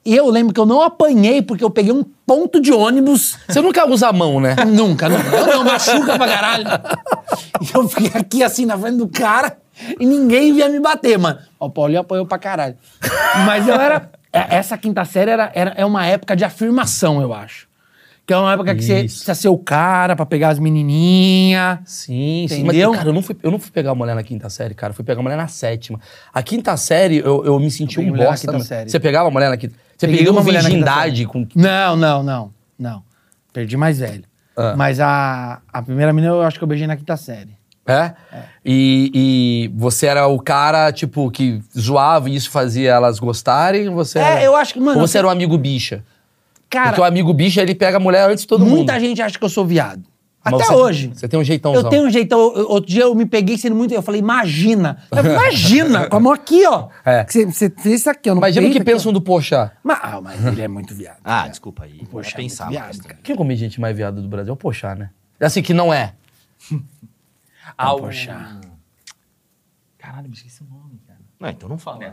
S1: E eu lembro que eu não apanhei porque eu peguei um ponto de ônibus.
S2: Você nunca usa a mão, né?
S1: Nunca, nunca. Eu não, machuca pra caralho. E eu fiquei aqui assim na frente do cara e ninguém vinha me bater, mano. Ó, O Paulinho apanhou pra caralho. Mas eu era. é- Essa quinta série era, era, é uma época de afirmação, eu acho. Que é uma época que você
S2: Isso.
S1: precisa ser o cara pra pegar as menininhas.
S2: Sim, sim.
S1: Entendeu?
S2: Mas, cara, eu não, fui, eu não fui pegar mulher na quinta série, cara. Eu fui pegar mulher na séltima. A quinta série, eu, eu me senti
S1: peguei
S2: um
S1: mulher na
S2: bosta.
S1: quinta
S2: mas-
S1: série.
S2: Você pegava mulher na quinta... Você
S1: Peguei
S2: pegou
S1: uma
S2: uma
S1: mulher na quinta
S2: virgindade
S1: série.
S2: com...
S1: Não, não, não, não. Perdi mais velho.
S2: Ah.
S1: Mas a, a primeira menina eu acho que eu beijei na quinta série.
S2: É? E, e você era o cara, tipo, que zoava e isso fazia elas gostarem? ou Você
S1: É,
S2: era...
S1: eu acho que, mano,
S2: Ou você
S1: eu-
S2: era um amigo bicha?
S1: Cara,
S2: Porque o amigo bicha, ele pega a mulher antes de todo mundo.
S1: muita gente acha que eu sou viado.
S2: Mas
S1: Até
S2: você-
S1: hoje.
S2: Você tem um jeitãozão.
S1: Eu tenho um jeitão. Eu- Outro dia eu me peguei sendo muito. Eu falei, imagina. Eu falei,
S2: [LAUGHS]
S1: imagina, com a mão aqui, ó.
S2: É.
S1: Que Você você tem isso aqui, ó. no
S2: Imagina o
S1: peito
S2: que
S1: aqui,
S2: pensam do Porchat.
S1: ó. Mas, ah, mas ele é muito viado.
S3: Ah,
S1: cara.
S3: desculpa aí.
S1: Poxa,
S3: Poxa,
S2: é
S3: pensar.
S1: muito viado,
S3: mas-
S1: cara.
S2: Quem come gente mais viada do Brasil? É o Pochá, né? Assim, que não é.
S1: Ah, poxa.
S4: Caralho, me esqueci o nome, cara.
S3: Não, então não fala, né?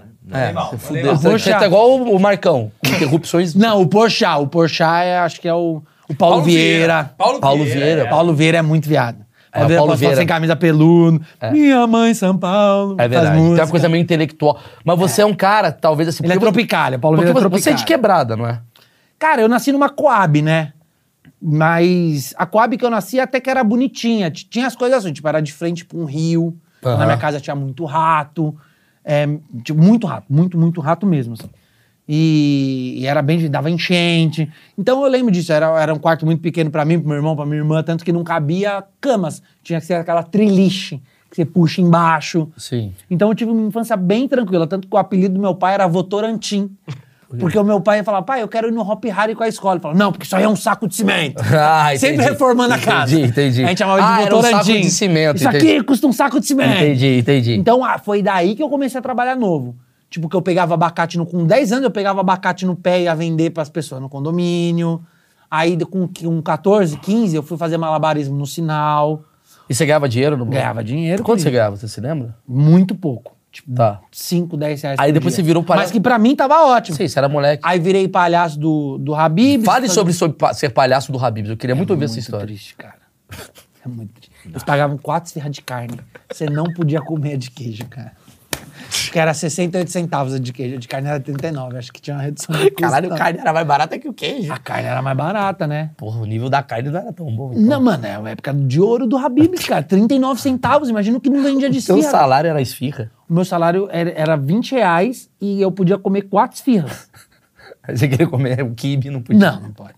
S2: É,
S4: mal, valeu.
S2: você fudeu.
S1: O Porchat.
S2: Você tá igual o o Marcão. com Interrupções.
S1: Não, o Porchá. O Porchá é, acho que é o, o Paulo, Vieira.
S4: Paulo,
S2: Paulo
S4: Vieira.
S2: Vieira.
S4: é.
S1: Paulo Vieira é muito viado.
S2: É, o
S1: Paulo,
S2: Paulo
S1: Vieira.
S2: Vieira.
S1: sem camisa peludo. Minha mãe, São Paulo.
S2: É
S1: faz
S2: verdade. Tem
S1: música.
S2: uma coisa meio intelectual. Mas você é, um cara, talvez assim.
S1: Ele é
S2: porque-
S1: tropicalha, Paulo
S2: porque
S1: Vieira é
S2: Você é de
S1: tropicalha.
S2: quebrada, não é?
S1: Cara, eu nasci numa Coab, né? Mas a Coab que eu nasci até que era bonitinha. T- Tinha as coisas assim, tipo, era de frente pra um rio.
S2: Aham.
S1: Na minha casa tinha muito rato. É, tipo, muito rato, muito, muito rato mesmo, assim. E, e era bem, dava enchente. Então eu lembro disso, era, era um quarto muito pequeno pra mim, pro meu irmão, pra minha irmã, tanto que não cabia camas. Tinha que ser aquela triliche que você puxa embaixo.
S2: Sim.
S1: Então eu tive uma infância bem tranquila, tanto que o apelido do meu pai era Votorantim. Porque o meu pai ia falar, pai, eu quero ir no Hop Harry com a escola. Ele falava, não, porque isso aí é um saco de cimento.
S2: [LAUGHS] Ah, entendi.
S1: Sempre reformando a casa.
S2: Entendi, entendi.
S1: A gente chamava de
S2: Ah, era um
S1: Votorantim.
S2: saco de cimento,
S1: Isso
S2: entendi.
S1: aqui custa um saco de cimento.
S2: É. Entendi, entendi.
S1: Então ah, foi daí que eu comecei a trabalhar novo. Tipo, que eu pegava abacate no. Com 10 anos eu pegava abacate no pé e ia vender pras pessoas no condomínio. Aí com, com 14, 15 eu fui fazer malabarismo no sinal.
S2: E você ganhava dinheiro no
S1: Ganhava dinheiro.
S2: Quanto
S1: querido.
S2: você ganhava? Você se lembra?
S1: Muito pouco. Tipo,
S2: Tá.
S1: 5, 10 reais.
S2: Aí
S1: por
S2: depois
S1: dia.
S2: você virou palha-
S1: Mas que pra mim tava ótimo.
S2: Sei, você era moleque.
S1: Aí virei palhaço do, do Habib.
S2: Fale
S1: Fazia-
S2: sobre, sobre pa- ser palhaço do Habibs. Eu queria tá É muito ouvir essa história.
S1: triste, cara. É muito triste. Eles pagavam quatro esfirras de carne. Você não podia comer a de queijo, cara. Acho que era 68 centavos a de queijo. A de carne era 39. Acho que tinha uma redução de custo.
S2: Caralho,
S1: Não.
S2: a carne era mais barata que o queijo.
S1: A carne era mais barata, né?
S2: Ah, Porra, o nível da carne não era tão bom. Então.
S1: Não, mano, é a época de ouro do Habibs, cara. 39 centavos, imagina o que não vendia de
S2: Seu
S1: esfirra.
S2: salário era esfirra.
S1: O meu salário era, era 20 reais e eu podia comer quatro esfirras.
S2: Aí Você queria comer o quibe, não podia.
S1: Não, não pode.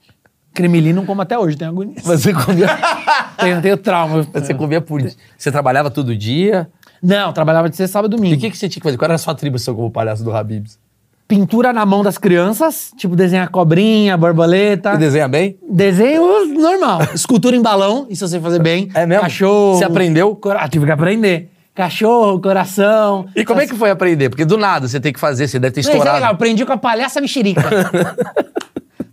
S1: Cremelin não como até hoje, tenho agonia. [LAUGHS]
S2: Você comia,
S1: Tenho, tenho trauma.
S2: você comia por dia. Você trabalhava todo dia.
S1: Não, trabalhava de sexta, sábado e
S2: E
S1: domingo.
S2: o que, que você tinha que fazer? Qual era a sua atribuição como palhaço do Habibs?
S1: pintura na mão das crianças, tipo desenhar cobrinha, borboleta.
S2: Você desenha bem?
S1: Desenho
S2: [LAUGHS]
S1: normal. Escultura em balão, isso eu sei fazer bem.
S2: É mesmo?
S1: Cachorro.
S2: Você aprendeu?
S1: cora- Ah, tive que aprender. Cachorro, coração.
S2: E como é que foi aprender? Porque do nada você tem que fazer, você deve ter
S1: Não, isso é
S2: estourado.
S1: legal, aprendi com a palhaça
S2: [LAUGHS]
S1: mexerica.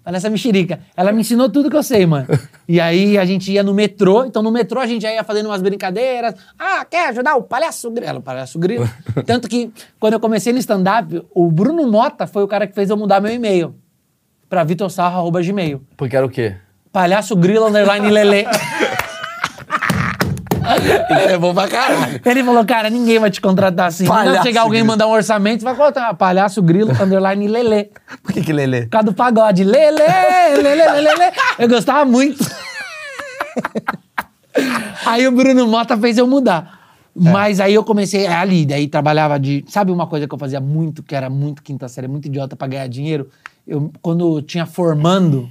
S1: palhaça mexerica. Ela me ensinou tudo que eu sei, mano. E aí a gente ia no metrô, então no metrô a gente já ia fazendo umas brincadeiras. Ah, quer ajudar o palhaço grilo? Era o
S2: [LAUGHS]
S1: palhaço grilo. Tanto que quando eu comecei no stand-up, o Bruno Mota foi o cara que fez eu mudar meu e-mail pra vitorsarra.gmail.
S2: Porque era o quê?
S1: Palhaço grilo
S2: [LAUGHS]
S1: underline lelê.
S2: É bom pra caralho.
S1: Ele falou, cara, ninguém vai te contratar assim. Quando
S2: Palhaço
S1: chegar alguém e
S2: grilo.
S1: mandar um orçamento, você vai contratar palhaço grilo underline lelê.
S2: [LAUGHS] Por que que Lelê?
S1: Por causa do pagode. Lele, lele, lele, lele. Eu gostava muito. aí o Bruno Mota fez eu mudar. Mas aí eu comecei é, ali, daí trabalhava de. Sabe uma coisa que eu fazia muito, que era muito quinta série, muito idiota pra ganhar dinheiro? Eu, quando eu tinha formando,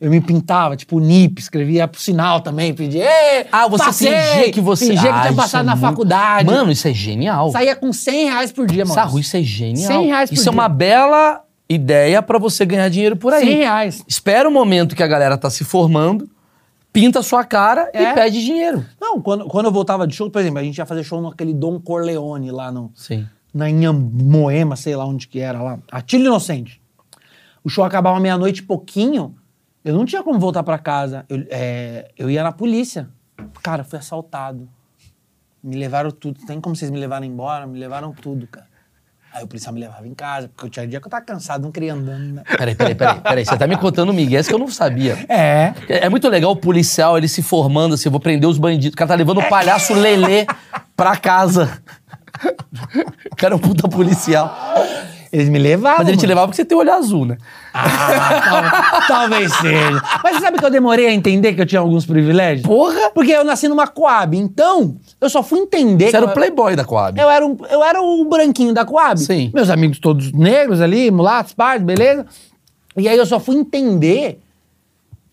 S1: eu me pintava, tipo, NIP, escrevia pro sinal também, pedia. "Ê,
S2: Ah, você
S1: É, passei!"
S2: fingia que você...
S1: Fingia que
S2: Ah,
S1: tinha
S2: isso
S1: passado
S2: é
S1: na
S2: muito-
S1: faculdade.
S2: Mano, isso é genial.
S1: saía com 100 reais por dia, mano.
S2: Sarro, isso é genial.
S1: 100 reais por
S2: Isso é
S1: dia.
S2: uma bela ideia pra você ganhar dinheiro por aí.
S1: 100 reais.
S2: Espera o momento que a galera tá se formando, pinta a sua cara
S1: É.
S2: e pede dinheiro.
S1: Não, quando, quando eu voltava de show, por exemplo, a gente ia fazer show naquele Dom Corleone lá no,
S2: Sim.
S1: na Inham- Moema, sei lá onde que era lá. Atilho Inocente. O show acabava meia-noite e pouquinho, eu não tinha como voltar pra casa. Eu, é, eu ia na polícia. Cara, eu fui assaltado. Me levaram tudo. Tem como vocês me levarem embora? Me levaram tudo, cara. Aí o policial me levava em casa, porque eu tinha dia que eu tava cansado, não queria andando. né?
S2: Peraí, peraí, peraí, peraí. Você tá me contando Miguel, isso que eu não sabia.
S1: É.
S2: É é muito legal o policial, ele se formando assim, eu vou prender os bandidos. O cara tá levando o palhaço Lelê pra casa. O cara é um puta policial.
S1: Eles me levavam.
S2: Mas ele te
S1: mano.
S2: levava porque você tem olho azul, né?
S1: Ah, tal- [LAUGHS] talvez seja. Mas você sabe que eu demorei a entender que eu tinha alguns privilégios?
S2: Porra!
S1: Porque eu nasci numa Coab, então eu só fui entender.
S2: Você era
S1: que
S2: o
S1: eu-
S2: playboy da Coab.
S1: Eu era, um, eu era o branquinho da Coab.
S2: Sim.
S1: Meus amigos todos negros ali, mulatos, pardos, beleza? E aí eu só fui entender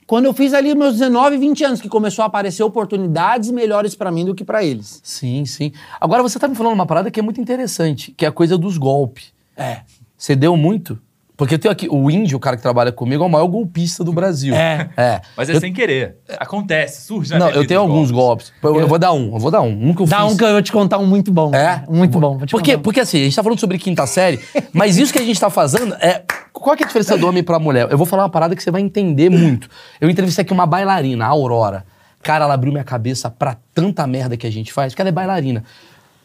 S1: quando eu fiz ali meus 19, 20 anos, que começou a aparecer oportunidades melhores pra mim do que pra eles.
S2: Sim, sim. Agora você tá me falando uma parada que é muito interessante, que é a coisa dos golpes.
S1: É.
S2: Você deu muito? Porque eu tenho aqui, o índio, o cara que trabalha comigo, é o maior golpista do Brasil.
S1: É.
S2: É.
S4: Mas é
S2: Eu-
S4: sem querer. Acontece, surge na
S2: Não,
S4: minha
S2: eu
S4: vida
S2: tenho
S4: um
S2: alguns
S4: golpe.
S2: golpes. Eu, eu vou dar um, eu vou dar um. Um que eu
S1: Dá
S2: fiz.
S1: um que eu vou te contar um muito bom.
S2: É?
S1: Muito bom. Vou te
S2: Porque,
S1: contar um.
S2: porque assim, a gente tá falando sobre quinta
S1: [LAUGHS]
S2: série, mas isso que a gente tá fazendo é. Qual que é a diferença do homem pra mulher? Eu vou falar uma parada que você vai entender muito. Eu entrevistei aqui uma bailarina, a Aurora. Cara, ela abriu minha cabeça pra tanta merda que a gente faz, porque ela é bailarina.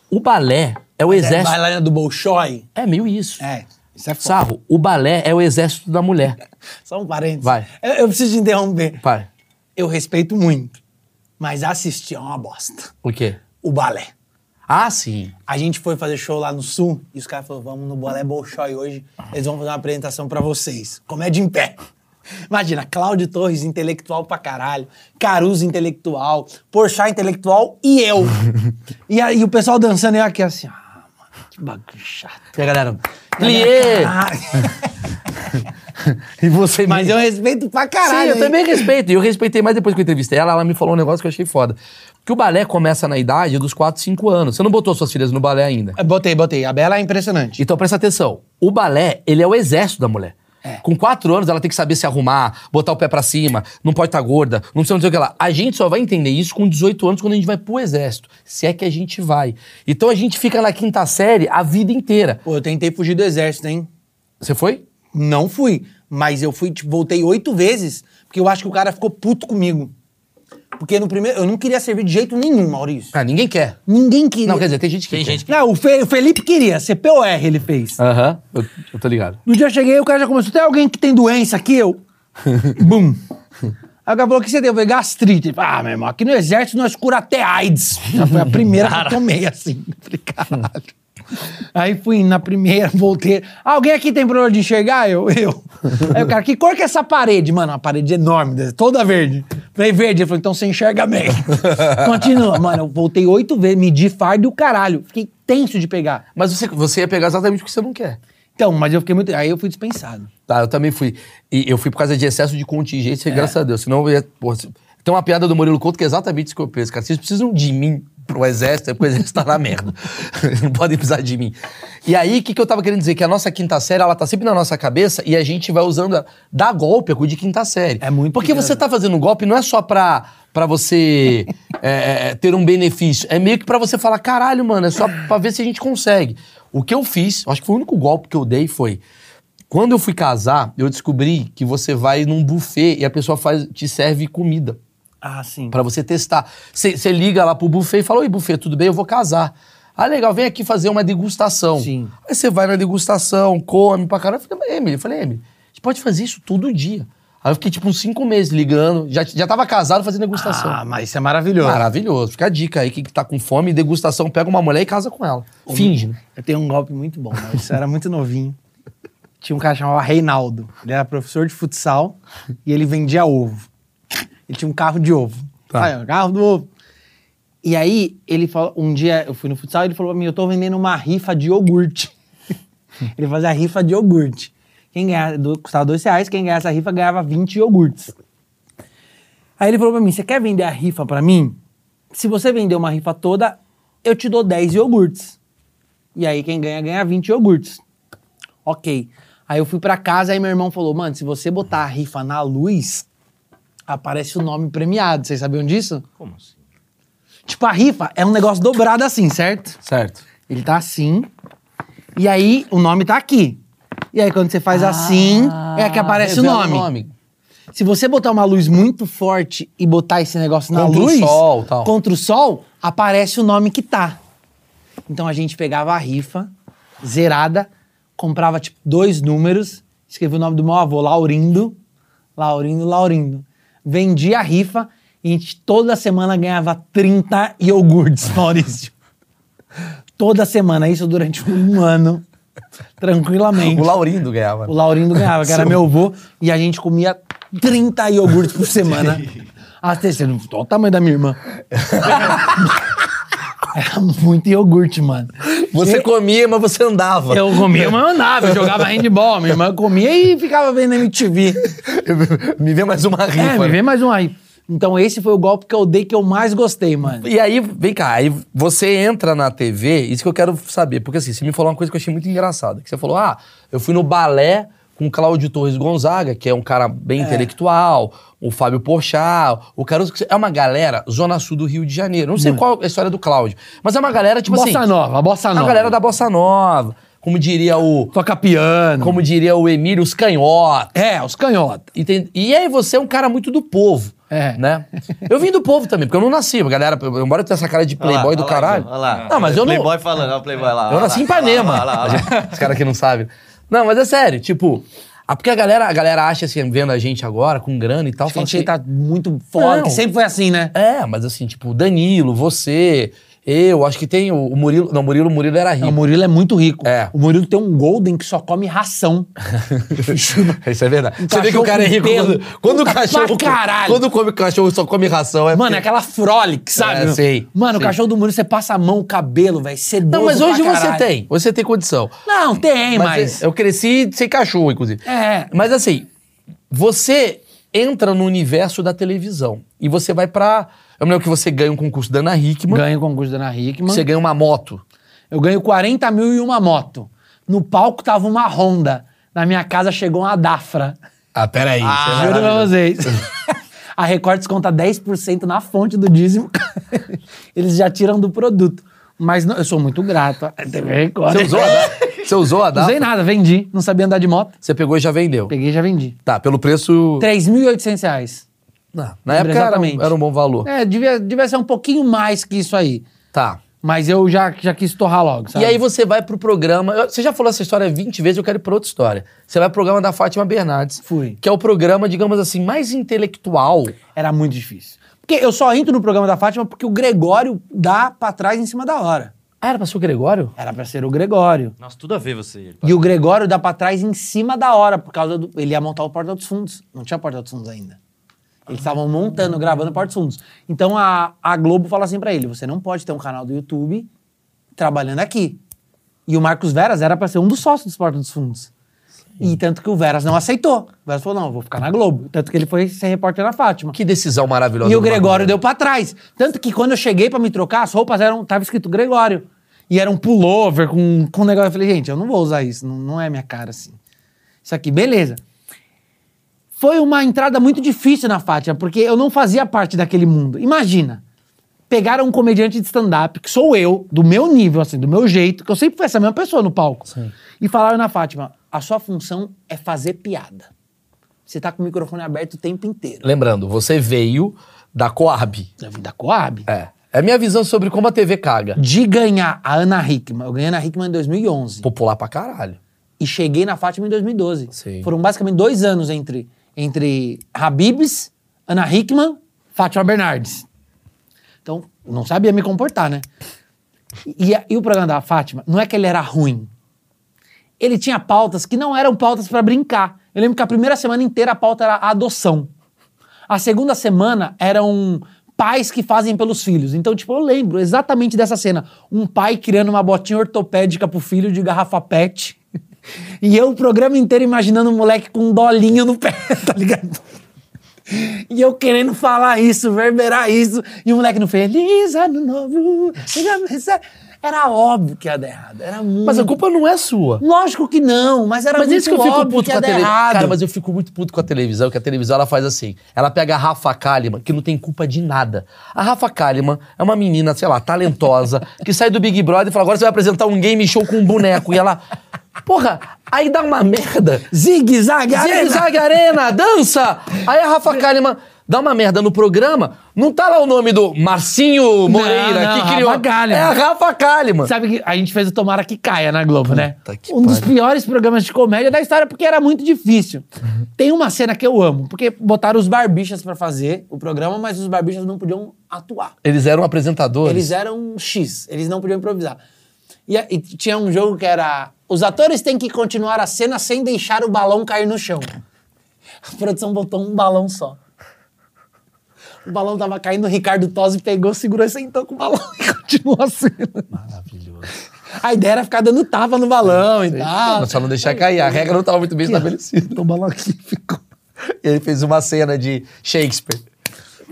S2: O balé é o
S1: É,
S2: exército.
S1: bailarina do Bolshoi.
S2: É, meio isso.
S1: É. Isso é foda.
S2: Sarro, o balé é o exército da mulher.
S1: Só um parênteses.
S2: Vai.
S1: Eu, eu preciso te interromper.
S2: Pai,
S1: Eu respeito muito, mas assistir é uma bosta.
S2: o quê?
S1: O balé.
S2: Ah, sim.
S1: A gente foi fazer show lá no Sul e os caras falaram: vamos no Bolé Bolshoi hoje, eles vão fazer uma apresentação pra vocês. Comédia em pé. [LAUGHS] Imagina, Cláudio Torres, intelectual pra caralho, Caruso, intelectual, Porchat, intelectual e
S2: [LAUGHS]
S1: eu. e aí o pessoal dançando, eu aqui assim, ah, mano, que bagulho chato.
S2: E a galera. Plié!
S1: é Caralho.
S2: E você
S1: [LAUGHS] Mas
S2: mesmo?
S1: eu respeito pra
S2: Sim,
S1: caralho.
S2: eu
S1: hein?
S2: também respeito. E eu respeitei mais depois que eu entrevistei ela, ela me falou um negócio que eu achei foda. Que o balé começa na idade dos 4, 5 anos. Você não botou suas filhas no balé ainda.
S1: Botei, botei. A Bela é impressionante.
S2: Então presta atenção. O balé, ele é o exército da mulher.
S1: É.
S2: Com 4 anos, ela tem que saber se arrumar, botar o pé pra cima, não pode estar gorda, não sei, não sei o que lá. A gente só vai entender isso com 18 anos quando a gente vai pro exército. Se é que a gente vai. Então a gente fica na quinta série a vida inteira.
S1: Pô, eu tentei fugir do exército, hein?
S2: Você foi?
S1: Não fui, mas eu fui, tipo, voltei oito vezes, porque eu acho que o cara ficou puto comigo. Porque no primeiro, eu não queria servir de jeito nenhum, Maurício.
S2: Ah, ninguém quer.
S1: Ninguém queria.
S2: Não, quer dizer, tem gente que
S4: Tem
S2: quer.
S4: gente que.
S1: Não, o, Fe- o Felipe queria, CPOR ele fez.
S2: Aham, eu, eu tô ligado.
S1: No dia eu cheguei, o cara já começou, tem alguém que tem doença aqui? Eu, bum. Aí o cara falou, o que você tem? Eu falei, gastrite. Ele falou, ah, meu irmão, aqui no exército nós cura até AIDS. Já foi a primeira que eu tomei, assim. Eu Falei, caralho. Aí fui na primeira, voltei. Alguém aqui tem problema de enxergar? Eu, eu. Aí o cara, que cor que é essa parede? Mano, uma parede enorme, toda verde. Falei, verde. Ele falou, então você enxerga bem. Continua. Mano, eu voltei oito vezes, medi fardo e o caralho. Fiquei tenso de pegar.
S2: Mas você, você ia pegar exatamente o que você não quer.
S1: Então, mas eu fiquei muito... Aí eu fui dispensado.
S2: Tá, eu também fui. E eu fui por causa de excesso de é contingência, graças a Deus. Senão eu ia. Porra, se- tem uma piada do Murilo Couto que é exatamente isso que eu penso, cara. Vocês precisam de mim pro exército, é porque o exército tá na merda. [LAUGHS] Não podem precisar de mim. E aí, o que, que eu tava querendo dizer? Que a nossa quinta série, ela tá sempre na nossa cabeça e a gente vai usando. A, dá golpe, é coisa de quinta série.
S1: É muito
S2: Porque
S1: grande.
S2: você tá fazendo golpe não é só pra, pra
S1: [LAUGHS]
S2: você é, é, ter um benefício. É meio que pra você falar, caralho, mano, é só pra ver se a gente consegue. O que eu fiz, acho que foi o único golpe que eu dei foi. Quando eu fui casar, eu descobri que você vai num buffet e a pessoa faz, te serve comida.
S1: Ah, sim.
S2: Pra você testar. Você liga lá pro buffet e fala: Oi, buffet, tudo bem? Eu vou casar. Ah, legal, vem aqui fazer uma degustação.
S1: Sim.
S2: Aí você vai na degustação, come pra caralho. Eu falei, "Mas, Emily, eu falei, Emily, a gente pode fazer isso todo dia. Aí eu fiquei tipo uns cinco meses ligando, já, já tava casado fazendo degustação.
S1: Ah, mas isso é maravilhoso.
S2: Maravilhoso. Fica a dica aí, quem que tá com fome, degustação, pega uma mulher e casa com ela. Finge. né?
S1: Eu tenho um golpe muito bom, mas isso era muito novinho. Tinha um cara que chamava Reinaldo. Ele era professor de futsal e ele vendia ovo. Ele tinha um carro de ovo.
S2: Tá.
S1: Aí, ó, carro do ovo. E aí, ele falou, um dia eu fui no futsal e ele falou pra mim: eu tô vendendo uma rifa de iogurte. [LAUGHS] ele fazia a rifa de iogurte. Quem ganhava, do- custava dois reais, quem ganhasse a rifa ganhava 20 iogurtes. Aí ele falou pra mim: você quer vender a rifa pra mim? Se você vender uma rifa toda, eu te dou 10 iogurtes. E aí quem ganha, ganha 20 iogurtes. Ok. Aí eu fui pra casa, aí meu irmão falou, mano, se você botar a rifa na luz, aparece o nome premiado. Vocês sabiam disso?
S3: Como assim?
S1: Tipo, a rifa é um negócio dobrado assim, certo?
S2: Certo.
S1: Ele tá assim, e aí o nome tá aqui. E aí quando você faz assim, é que aparece o
S2: Revela
S1: nome. Se você botar uma luz muito forte e botar esse negócio na
S2: Contra o
S1: luz,
S2: sol, tal.
S1: contra o sol, aparece o nome que tá. Então a gente pegava a rifa, zerada, comprava tipo dois números, escrevia o nome do meu avô, Laurindo, Laurindo, Laurindo. Vendia a rifa e a gente toda semana ganhava 30 iogurtes, [LAUGHS] Maurício. toda semana, isso durante um ano, tranquilamente.
S2: O Laurindo ganhava.
S1: O Laurindo ganhava, que era meu avô, e a gente comia 30 iogurtes por [LAUGHS] semana. Até você não olha o tamanho da minha irmã. [LAUGHS] era muito iogurte, mano.
S2: Você
S1: Eu-
S2: comia, mas você andava.
S1: Eu comia, mas eu andava, eu jogava handball, minha irmã comia e ficava vendo MTV.
S2: [LAUGHS] me vê mais uma rifa. né?
S1: É, me vê mais um aí. Então esse foi o golpe que eu dei que eu mais gostei, mano.
S2: E aí, vem cá, aí você entra na TV, isso que eu quero saber, porque assim, você me falou uma coisa que eu achei muito engraçada, que você falou, ah, eu fui no balé com o Cláudio Torres Gonzaga, que é um cara bem intelectual, o Fábio Porchat, o Caruso, que é uma galera zona sul do Rio de Janeiro, não sei qual é a história do Cláudio, mas é uma galera, tipo
S1: Hum. bossa
S2: assim,
S1: nova, bossa
S2: a
S1: nova.
S2: galera da Bossa Nova, como diria o,
S1: Toca piano.
S2: como diria o Emílio, os canhotas,
S1: É, os canhota.
S2: Entende? E aí você é um cara muito do povo.
S1: É.
S2: Né? Eu vim do povo também, porque eu não nasci, galera. eu- Embora eu tenha essa cara de playboy do caralho.
S3: Olha lá.
S2: Não, mas eu não.
S3: Playboy falando, olha o Playboy lá.
S2: Eu nasci em Ipanema.
S3: Olha lá, olha
S2: [LAUGHS]
S3: lá.
S2: Os caras que não sabem. Não, mas é sério, tipo. ah, Porque a galera, a galera acha assim, vendo a gente agora, com grana e tal.
S1: A
S2: fala
S1: gente
S2: assim,
S1: tá muito foda,
S2: Não.
S1: que sempre foi assim, né?
S2: É, mas assim, tipo, Danilo, você, eu, acho que tem o o Murilo. Não, Murilo, Murilo era
S1: Não, O
S2: rico.
S1: Murilo é muito rico.
S2: É.
S1: O Murilo tem um Golden que só come [LAUGHS] ração.
S2: [LAUGHS] Isso é verdade.
S1: Um
S2: Você vê que o
S1: cachorro
S2: cara é
S1: com
S2: rico
S1: pelo.
S2: quando, quando o
S1: Puta pra
S2: cachorro.
S1: caralho.
S2: Quando come cachorro, só come ração. É
S1: Mano, é aquela frolic, sabe?
S2: É, sei,
S1: Mano, o
S2: sei.
S1: cachorro do Murilo, você passa a mão, o cabelo, velho, sedoso
S2: Não, mas
S1: pra
S2: hoje você
S1: caralho.
S2: tem. Hoje você tem condição.
S1: Não, tem, mas...
S2: é, Eu cresci sem cachorro, inclusive.
S1: É.
S2: Mas assim, você entra no universo da televisão e você vai pra. Eu me lembro que você ganha um concurso da Ana Hickman,
S1: Ganho o concurso da Ana Hickman.
S2: você ganha uma moto.
S1: Eu ganho 40 mil e uma moto. No palco tava uma Honda. Na minha casa chegou uma Dafra.
S2: Ah, peraí.
S1: Ah, Juro pra vocês. A Record desconta 10% na fonte do dízimo. [LAUGHS] Eles já tiram do produto. Mas não- eu sou muito grato. à TV Record.
S2: Você [LAUGHS] usou a da... Você usou a
S1: Não
S2: da...
S1: usei nada, vendi. Não sabia andar de moto.
S2: Você pegou e já vendeu.
S1: Peguei e já vendi.
S2: Tá, pelo preço.
S1: 3.800 reais.
S2: Não, na época era um,
S1: Exatamente.
S2: era um bom valor.
S1: É, devia, devia ser um pouquinho mais que isso aí.
S2: Tá.
S1: Mas eu já, já quis torrar logo, sabe?
S2: E aí você vai pro programa. eu- Você já falou essa história 20 vezes, eu quero ir pra outra história. Você vai pro programa da Fátima Bernardes.
S1: Fui.
S2: Que é o programa, digamos assim, mais intelectual.
S1: Era muito difícil. Porque eu só entro no programa da Fátima porque o Gregório dá pra trás em cima da hora.
S2: Ah, era pra ser o Gregório?
S1: Era pra ser o Gregório.
S3: Nossa, tudo a ver você. e ele.
S1: E o Gregório dá pra trás em cima da hora, por causa do. Ele ia montar o Porta dos Fundos. Não tinha Porta dos Fundos ainda. Eles estavam montando, gravando o Porta dos Fundos. Então a, a Globo fala assim pra ele: você não pode ter um canal do YouTube trabalhando aqui. E o Marcos Veras era pra ser um dos sócios dos Porta dos Fundos. E tanto que o Veras não aceitou. O Veras falou, não, eu vou ficar na Globo. Tanto que ele foi ser repórter na Fátima.
S2: Que decisão maravilhosa.
S1: E o
S2: do
S1: Gregório
S2: Magno.
S1: deu pra trás. Tanto que quando eu cheguei pra me trocar, as roupas eram. Tava escrito Gregório. E era um pullover com, com um negócio. Eu falei, gente, eu não vou usar isso. Não, não é minha cara assim. Isso aqui, beleza. Foi uma entrada muito difícil na Fátima, porque eu não fazia parte daquele mundo. Imagina. Pegaram um comediante de stand-up, que sou eu, do meu nível, assim, do meu jeito, que eu sempre fui essa mesma pessoa no palco. E falaram na Fátima: a sua função é fazer piada. Você tá com o microfone aberto o tempo inteiro.
S2: Lembrando, você veio da Coab.
S1: Eu vim da Coab.
S2: É. É a minha visão sobre como a TV caga.
S1: de ganhar a Ana Hickman. Eu ganhei a Ana Hickman em 2011
S2: Popular pra caralho.
S1: e cheguei na Fátima em 2012.
S2: Sim.
S1: Foram basicamente dois anos entre, entre Habibs, Ana Hickman, Fátima Bernardes. Então, não sabia me comportar, né? E, e o programa da Fátima, não é que ele era ruim. Ele tinha pautas que não eram pautas pra brincar. Eu lembro que a primeira semana inteira a pauta era a adoção. A segunda semana eram pais que fazem pelos filhos. Então, tipo, eu lembro exatamente dessa cena. Um pai criando uma botinha ortopédica pro filho de garrafa pet. [LAUGHS] E eu o programa inteiro imaginando um moleque com um dolinho no pé, [LAUGHS] tá ligado? E eu querendo falar isso, verberar isso. E o moleque não fez. Feliz ano novo. Era óbvio que ia dar errado. Era muito.
S2: Mas a culpa não é sua.
S1: Lógico que não, mas era
S2: Mas é
S1: Hum. muito
S2: isso que eu fico
S1: óbvio
S2: puto
S1: que
S2: com
S1: ia
S2: a
S1: dar
S2: televisão.
S1: errado.
S2: Cara, mas eu fico muito puto com a televisão, que a televisão ela faz assim. Ela pega a Rafa Kalimann, que não tem culpa de nada. A Rafa Kalimann é uma menina, sei lá, talentosa, [LAUGHS] que sai do Big Brother e fala: agora você vai apresentar um game show com um boneco. E ela. Porra, aí dá uma merda.
S1: Zig, zag,
S2: Zigue
S1: arena.
S2: Zague Arena, dança! Aí a Rafa Kalimann dá uma merda no programa, não tá lá o nome do Marcinho Moreira
S1: não,
S2: que criou.
S1: Rafa Kalimann.
S2: É a Rafa Kalimann.
S1: Sabe que a gente fez o Tomara que Caia na Globo, né?
S2: que
S1: um dos
S2: pariu.
S1: piores programas de comédia da história, porque era muito difícil. Tem uma cena que eu amo, porque botaram os barbichas pra fazer o programa, mas os barbichas não podiam atuar.
S2: Eles eram apresentadores.
S1: Eles eram X, eles não podiam improvisar. E, a- e tinha um jogo que era. Os atores têm que continuar a cena sem deixar o balão cair no chão. A produção botou um balão só. O balão tava caindo, o Ricardo Tosi pegou, segurou e sentou com o balão [LAUGHS] e continuou a cena.
S2: Maravilhoso.
S1: A ideia era ficar dando tapa no balão e tal.
S2: Mas só não deixar cair. A regra não tava muito bem estabelecida. Toma lá um aqui, ficou. Ele fez uma cena de Shakespeare.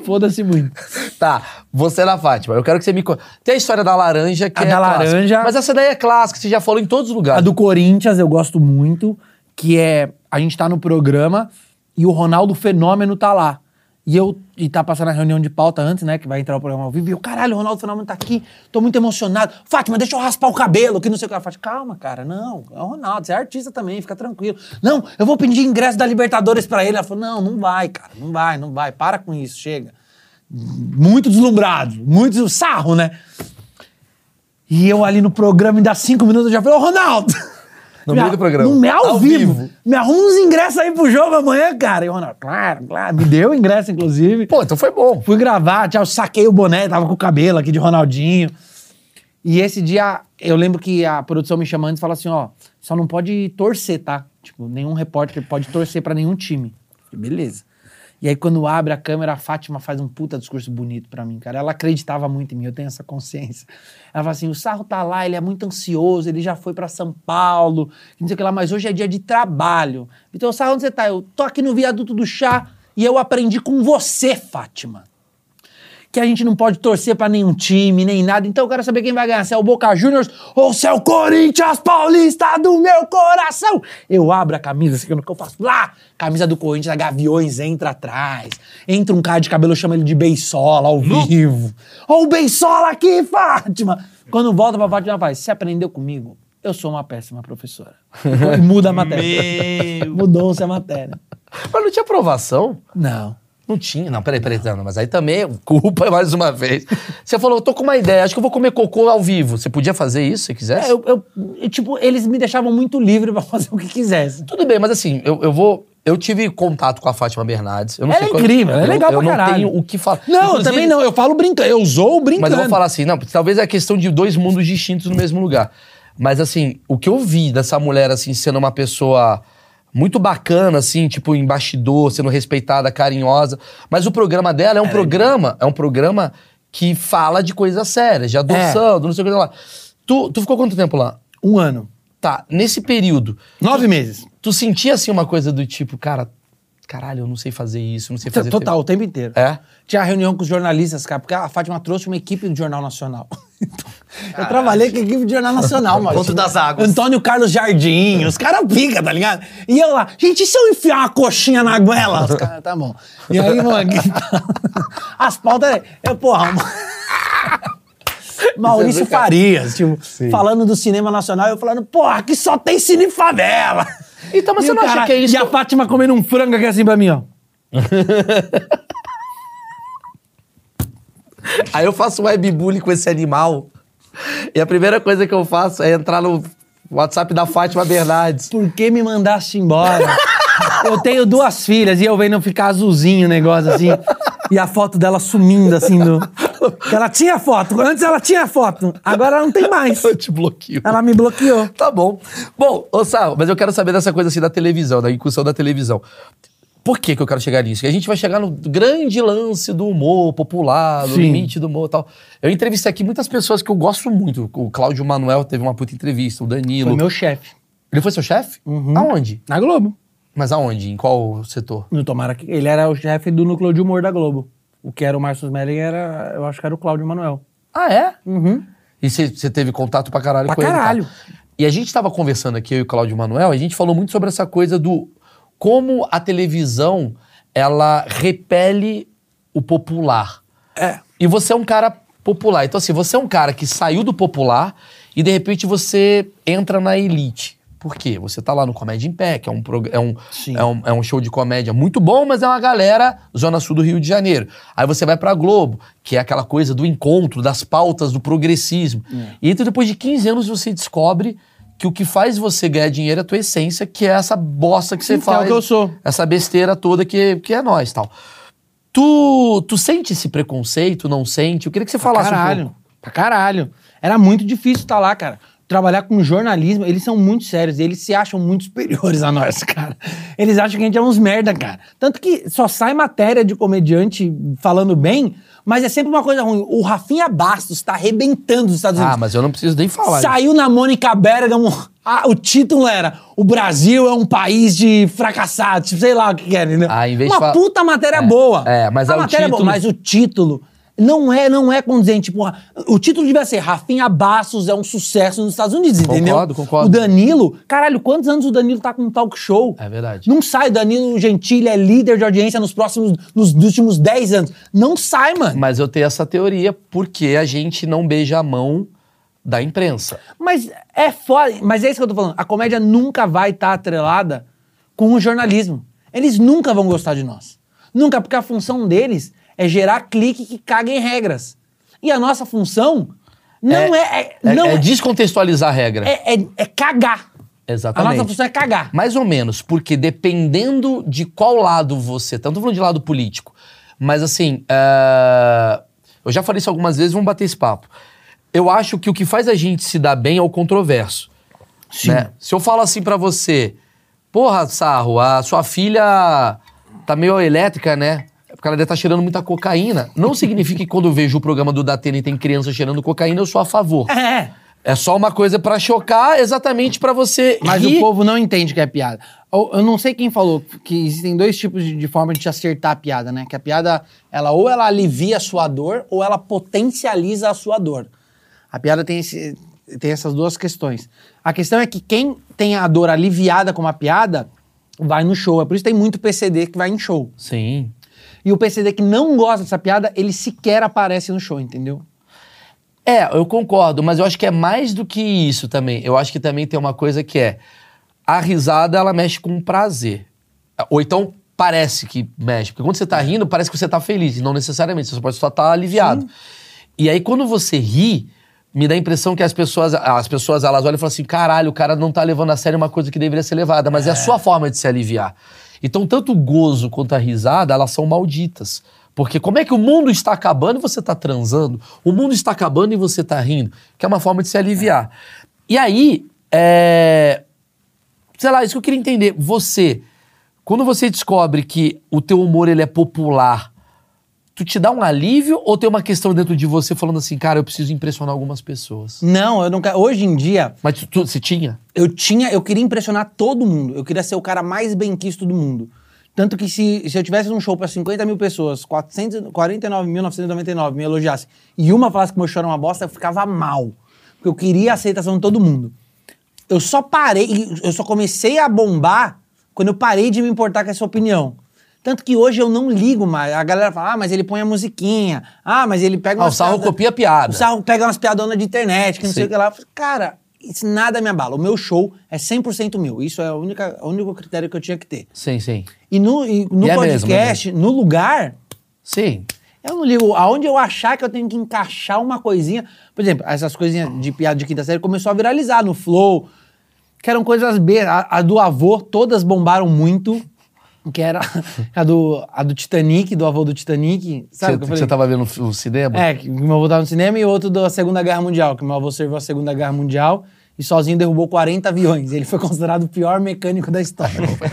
S1: Foda-se muito.
S2: Tá, você na Fátima. Eu quero que você me conte. Tem a história da laranja que
S1: A
S2: é
S1: da
S2: clássica.
S1: laranja-
S2: Mas essa daí é clássica, você já falou em todos os
S1: A
S2: lugares.
S1: do Corinthians eu gosto muito, que é a gente tá no programa e o Ronaldo Fenômeno tá lá. E eu e tá passando a reunião de pauta antes, né, que vai entrar o programa ao vivo. E eu, caralho, o Ronaldo Fenômeno tá aqui. Tô muito emocionado. Fátima, deixa eu raspar o cabelo, que não sei o que ela faz. Calma, cara, não. É o Ronaldo, você é artista também, fica tranquilo. Não, eu vou pedir ingresso da Libertadores pra ele. Ela falou: "Não, não vai, cara. Não vai, não vai. Para com isso, chega." Muito deslumbrado, muito sarro, né? E eu ali no programa, em dá cinco minutos, eu já falei, ô Ronaldo!
S2: No
S1: Me [LAUGHS]
S2: meio
S1: a-
S2: do programa.
S1: No, me- ao,
S2: Ao
S1: vivo.
S2: vivo.
S1: Me arruma uns ingressos aí pro jogo amanhã, cara. E o Ronaldo, claro, claro. Me deu o ingresso, inclusive.
S2: Pô, então foi bom.
S1: Fui gravar, tchau, saquei o boné, tava com o cabelo aqui de Ronaldinho. E esse dia, eu lembro que a produção me chamando e falou assim, ó, só não pode torcer, tá? Tipo, nenhum repórter pode torcer pra nenhum time. Eu falei, Beleza. E aí quando abre a câmera, a Fátima faz um puta discurso bonito pra mim, cara. Ela acreditava muito em mim, eu tenho essa consciência. Ela fala assim, o Sarro tá lá, ele é muito ansioso, ele já foi pra São Paulo, não sei o que lá, mas hoje é dia de trabalho. Então, Sarro, onde você tá? Eu tô aqui no Viaduto do Chá e eu aprendi com você, Fátima que a gente não pode torcer pra nenhum time, nem nada. Então eu quero saber quem vai ganhar, se é o Boca Juniors ou se é o Corinthians Paulista do meu coração. Eu abro a camisa, assim, como que eu faço? Lá! Camisa do Corinthians, a Gaviões entra atrás. Entra um cara de cabelo, chama ele de Beisola ao vivo. Ó o Beisola aqui, [LAUGHS] Fátima! Quando volta pra Fátima, ela faz, você aprendeu comigo? Eu sou uma péssima professora. E Muda a matéria.
S3: [LAUGHS] Meu.
S1: Mudou-se a matéria.
S2: Mas não tinha aprovação.
S1: Não.
S2: Não tinha, não, peraí, peraí, não, mas aí também, culpa [LAUGHS] mais uma vez. Você falou, eu tô com uma ideia, acho que eu vou comer cocô ao vivo. Você podia fazer isso se quisesse?
S1: É, eu- eu- eu, tipo, eles me deixavam muito livre pra [LAUGHS] fazer o que quisesse.
S2: Tudo bem, mas assim, eu, eu vou. Eu tive contato com a Fátima Bernardes. Eu não
S1: Ela
S2: sei
S1: é
S2: quando-
S1: incrível, ela é
S2: eu-
S1: legal
S2: eu
S1: pra caralho.
S2: não tenho o que falar.
S1: Não, eu
S2: Inclusive,
S1: também não. Eu falo brincando. Eu zoo brincando.
S2: Mas eu vou falar assim, não, talvez é questão de dois mundos distintos no mesmo lugar. Mas assim, o que eu vi dessa mulher, assim, sendo uma pessoa muito bacana, assim, tipo, em bastidor, sendo respeitada, carinhosa. Mas o programa dela é um programa, é um programa que fala de coisas sérias, de adoção,
S1: É.
S2: do não sei o que lá. Tu, tu ficou quanto tempo lá?
S1: Um ano.
S2: Tá, nesse período,
S1: Nove meses.
S2: Tu sentia assim uma coisa do tipo, cara, caralho, eu não sei fazer isso, eu não sei fazer
S1: Então, Total, o tempo inteiro.
S2: É?
S1: Tinha reunião com os jornalistas, cara, porque a Fátima trouxe uma equipe do
S2: [LAUGHS]
S1: Jornal Nacional. Então, eu trabalhei com a equipe do Jornal Nacional, mano.
S3: Conto das águas.
S1: Antônio Carlos Jardim, os caras pica, tá ligado? E eu lá, gente, e se eu enfiar uma coxinha na goela? Os caras, tá bom. E aí, mano, [LAUGHS] que tal? as pautas, eu, porra, [LAUGHS] mano. Maurício Farias, tipo, falando do cinema nacional, eu falando, porra, que só tem cine favela.
S2: Então, mas
S1: E
S2: você
S1: o
S2: não acha que é isso
S1: E a
S2: que eu-
S1: Fátima comendo um frango aqui assim pra mim, ó.
S2: tempo. Aí eu faço webbullying com esse animal. E a primeira coisa que eu faço é entrar no WhatsApp da Fátima Bernardes.
S1: Por que me mandaste embora? eu tenho duas filhas e eu vendo ficar azulzinho o negócio assim. E a foto dela sumindo assim do. Que Ela tinha foto, antes ela tinha foto, agora ela não tem mais.
S2: Eu te bloqueio.
S1: Ela me bloqueou.
S2: Tá bom. Bom, ô Sal, mas eu quero saber dessa coisa assim da televisão, da incursão da televisão. Por que, que eu quero chegar nisso? Que a gente vai chegar no grande lance do humor popular, do
S1: Sim.
S2: limite do humor e tal. Eu entrevistei aqui muitas pessoas que eu gosto muito. O Cláudio Manuel teve uma puta entrevista, o Danilo.
S1: Foi meu chefe.
S2: Ele foi seu chefe? Aonde?
S1: Na Globo.
S2: Mas aonde? Em qual setor?
S1: No Tomara que. Ele era o chefe do núcleo de humor da Globo. O que era o Márcio Smelling era. Eu acho que era o Cláudio Manuel.
S2: Ah, é? E você teve contato pra caralho
S1: Uhum. Pra
S2: com ele? tá?
S1: caralho.
S2: E a gente tava conversando aqui, eu e o Cláudio Manuel, a gente falou muito sobre essa coisa do como a televisão, ela repele o popular.
S1: É.
S2: E você é um cara popular. Então, assim, você é um cara que saiu do popular e, de repente, você entra na elite. Por quê? Você tá lá no Comédia em Pé, que é um, prog- é um,
S1: Sim.
S2: é um, é um show de comédia muito bom, mas é uma galera Zona Sul do Rio de Janeiro. Aí você vai pra Globo, que é aquela coisa do encontro, das pautas, do progressismo.
S1: É.
S2: E então, depois de 15 anos, você descobre que o que faz você ganhar dinheiro é a tua essência, que é essa bosta que você
S1: Sim, que é o
S2: faz.
S1: que eu sou.
S2: Essa besteira toda que, que é nós tal. Tu, tu sente esse preconceito, não sente? Eu queria que você
S1: Pra
S2: falasse
S1: Ah, caralho.
S2: um pouco.
S1: Pra caralho. Era muito difícil estar lá, cara. Trabalhar com jornalismo, eles são muito sérios, eles se acham muito superiores a nós, [LAUGHS] cara. Eles acham que a gente é uns merda, cara. Tanto que só sai matéria de comediante falando bem, mas é sempre uma coisa ruim. O Rafinha Bastos tá arrebentando os Estados Unidos.
S2: Ah, mas eu não preciso nem falar.
S1: Saiu na Mônica Bergamo. Ah, o título era O Brasil é um país de fracassados. Tipo, sei lá o que que era. Né?
S2: Ah, em vez de
S1: Uma
S2: fa-
S1: puta matéria
S2: É,
S1: boa.
S2: é, mas
S1: a
S2: é o
S1: matéria
S2: título-
S1: boa, mas o título não é, não é condizente. Porra, o título devia ser Rafinha Bastos é um sucesso nos Estados Unidos,
S2: Concordo,
S1: entendeu?
S2: concordo.
S1: O Danilo, caralho, quantos anos o Danilo tá com um talk show?
S2: É verdade.
S1: Não sai, Danilo Gentili é líder de audiência nos próximos, nos últimos 10 anos. Não sai, mano.
S2: Mas eu tenho essa teoria porque a gente não beija a mão da imprensa.
S1: Mas é foda. Mas é isso que eu tô falando. A comédia nunca vai estar atrelada com o jornalismo. Eles nunca vão gostar de nós. Nunca, porque a função deles é gerar clique que caga em regras. E a nossa função não é. é-
S2: É,
S1: não
S2: é
S1: é,
S2: descontextualizar a regra.
S1: é- é- é cagar.
S2: Exatamente.
S1: A nossa função é cagar.
S2: Mais ou menos, porque dependendo de qual lado você. Tanto falando de lado político, mas assim. é, Eu já falei isso algumas vezes, vamos bater esse papo. Eu acho que o que faz a gente se dar bem é o controverso. né? Se eu falo assim pra você, porra, Sarro, a sua filha tá meio elétrica, né? É Porque ela deve estar cheirando muita cocaína. Não significa que quando eu vejo o programa do Datena e tem criança cheirando cocaína, eu sou a favor.
S1: É.
S2: É só uma coisa pra chocar, exatamente pra você
S1: Mas
S2: rir.
S1: o povo não entende que é piada. Ou- Eu não sei quem falou que existem dois tipos de, de forma de te acertar a piada, né? Que a piada, ela ou ela alivia a sua dor, ou ela potencializa a sua dor. A piada tem, esse- tem essas duas questões. A questão é que quem tem a dor aliviada com uma piada, vai no show. É por isso que tem muito PCD que vai em show.
S2: Sim.
S1: E o PCD que não gosta dessa piada, ele sequer aparece no show, entendeu?
S2: É, eu concordo, mas eu acho que é mais do que isso também. Eu acho que também tem uma coisa que é a risada ela mexe com prazer. Ou então parece que mexe, porque quando você tá rindo, parece que você tá feliz, e não necessariamente, você pode só estar aliviado. E aí quando você ri, me dá a impressão que as pessoas, as pessoas elas olham e falam assim: "Caralho, o cara não tá levando a sério uma coisa que deveria ser levada", mas é, a sua forma de se aliviar. Então, tanto o gozo quanto a risada, elas são malditas. Porque como é que o mundo está acabando e você tá transando? O mundo está acabando e você tá rindo, que é uma forma de se aliviar. E aí, é, sei lá, isso que eu queria entender. Você, quando você descobre que o teu humor ele é popular, tu te dá um alívio ou tem uma questão dentro de você falando assim, cara, eu preciso impressionar algumas pessoas?
S1: Não, eu nunca. Hoje em dia,
S2: Mas tu, tu- você tinha?
S1: eu tinha. Eu queria impressionar todo mundo. Eu queria ser o cara mais benquisto do mundo. Tanto que se, se eu tivesse um show pra 50 mil pessoas, 449.999 me elogiassem e uma falasse que meu show era uma bosta, eu ficava mal. Porque eu queria a aceitação de todo mundo. Eu só parei, eu só comecei a bombar quando eu parei de me importar com essa opinião. Tanto que hoje eu não ligo mais. A galera fala, ah, mas ele põe a musiquinha. Ah, mas ele pega
S2: Ah,
S1: umas
S2: o sarro
S1: piadas-
S2: copia a piada.
S1: O sarro pega um, umas piadonas de internet, que não sei
S2: Sim.
S1: o que lá. Eu falei, Cara, isso nada me abala. O meu show é 100% meu. Isso é a única- o único critério que eu tinha que ter.
S2: Sim, sim.
S1: E no, e no
S2: E é mesmo,
S1: podcast, no lugar,
S2: Sim.
S1: eu não ligo. Aonde eu achar que eu tenho que encaixar uma coisinha. Por exemplo, essas coisinhas de piada de quinta série começou a viralizar no Flow. Que eram coisas B. A, a do avô, todas bombaram muito. Que era [LAUGHS] a do, a do Titanic, do avô do Titanic. Sabe
S2: Você
S1: o que eu
S2: você
S1: falei?
S2: tava vendo o cinema?
S1: É, que meu avô tava no cinema e outro da Segunda Guerra Mundial, que meu avô serviu a Segunda Guerra Mundial e sozinho derrubou 40 aviões. Ele foi [LAUGHS] considerado o pior mecânico da história. Isso é bom pra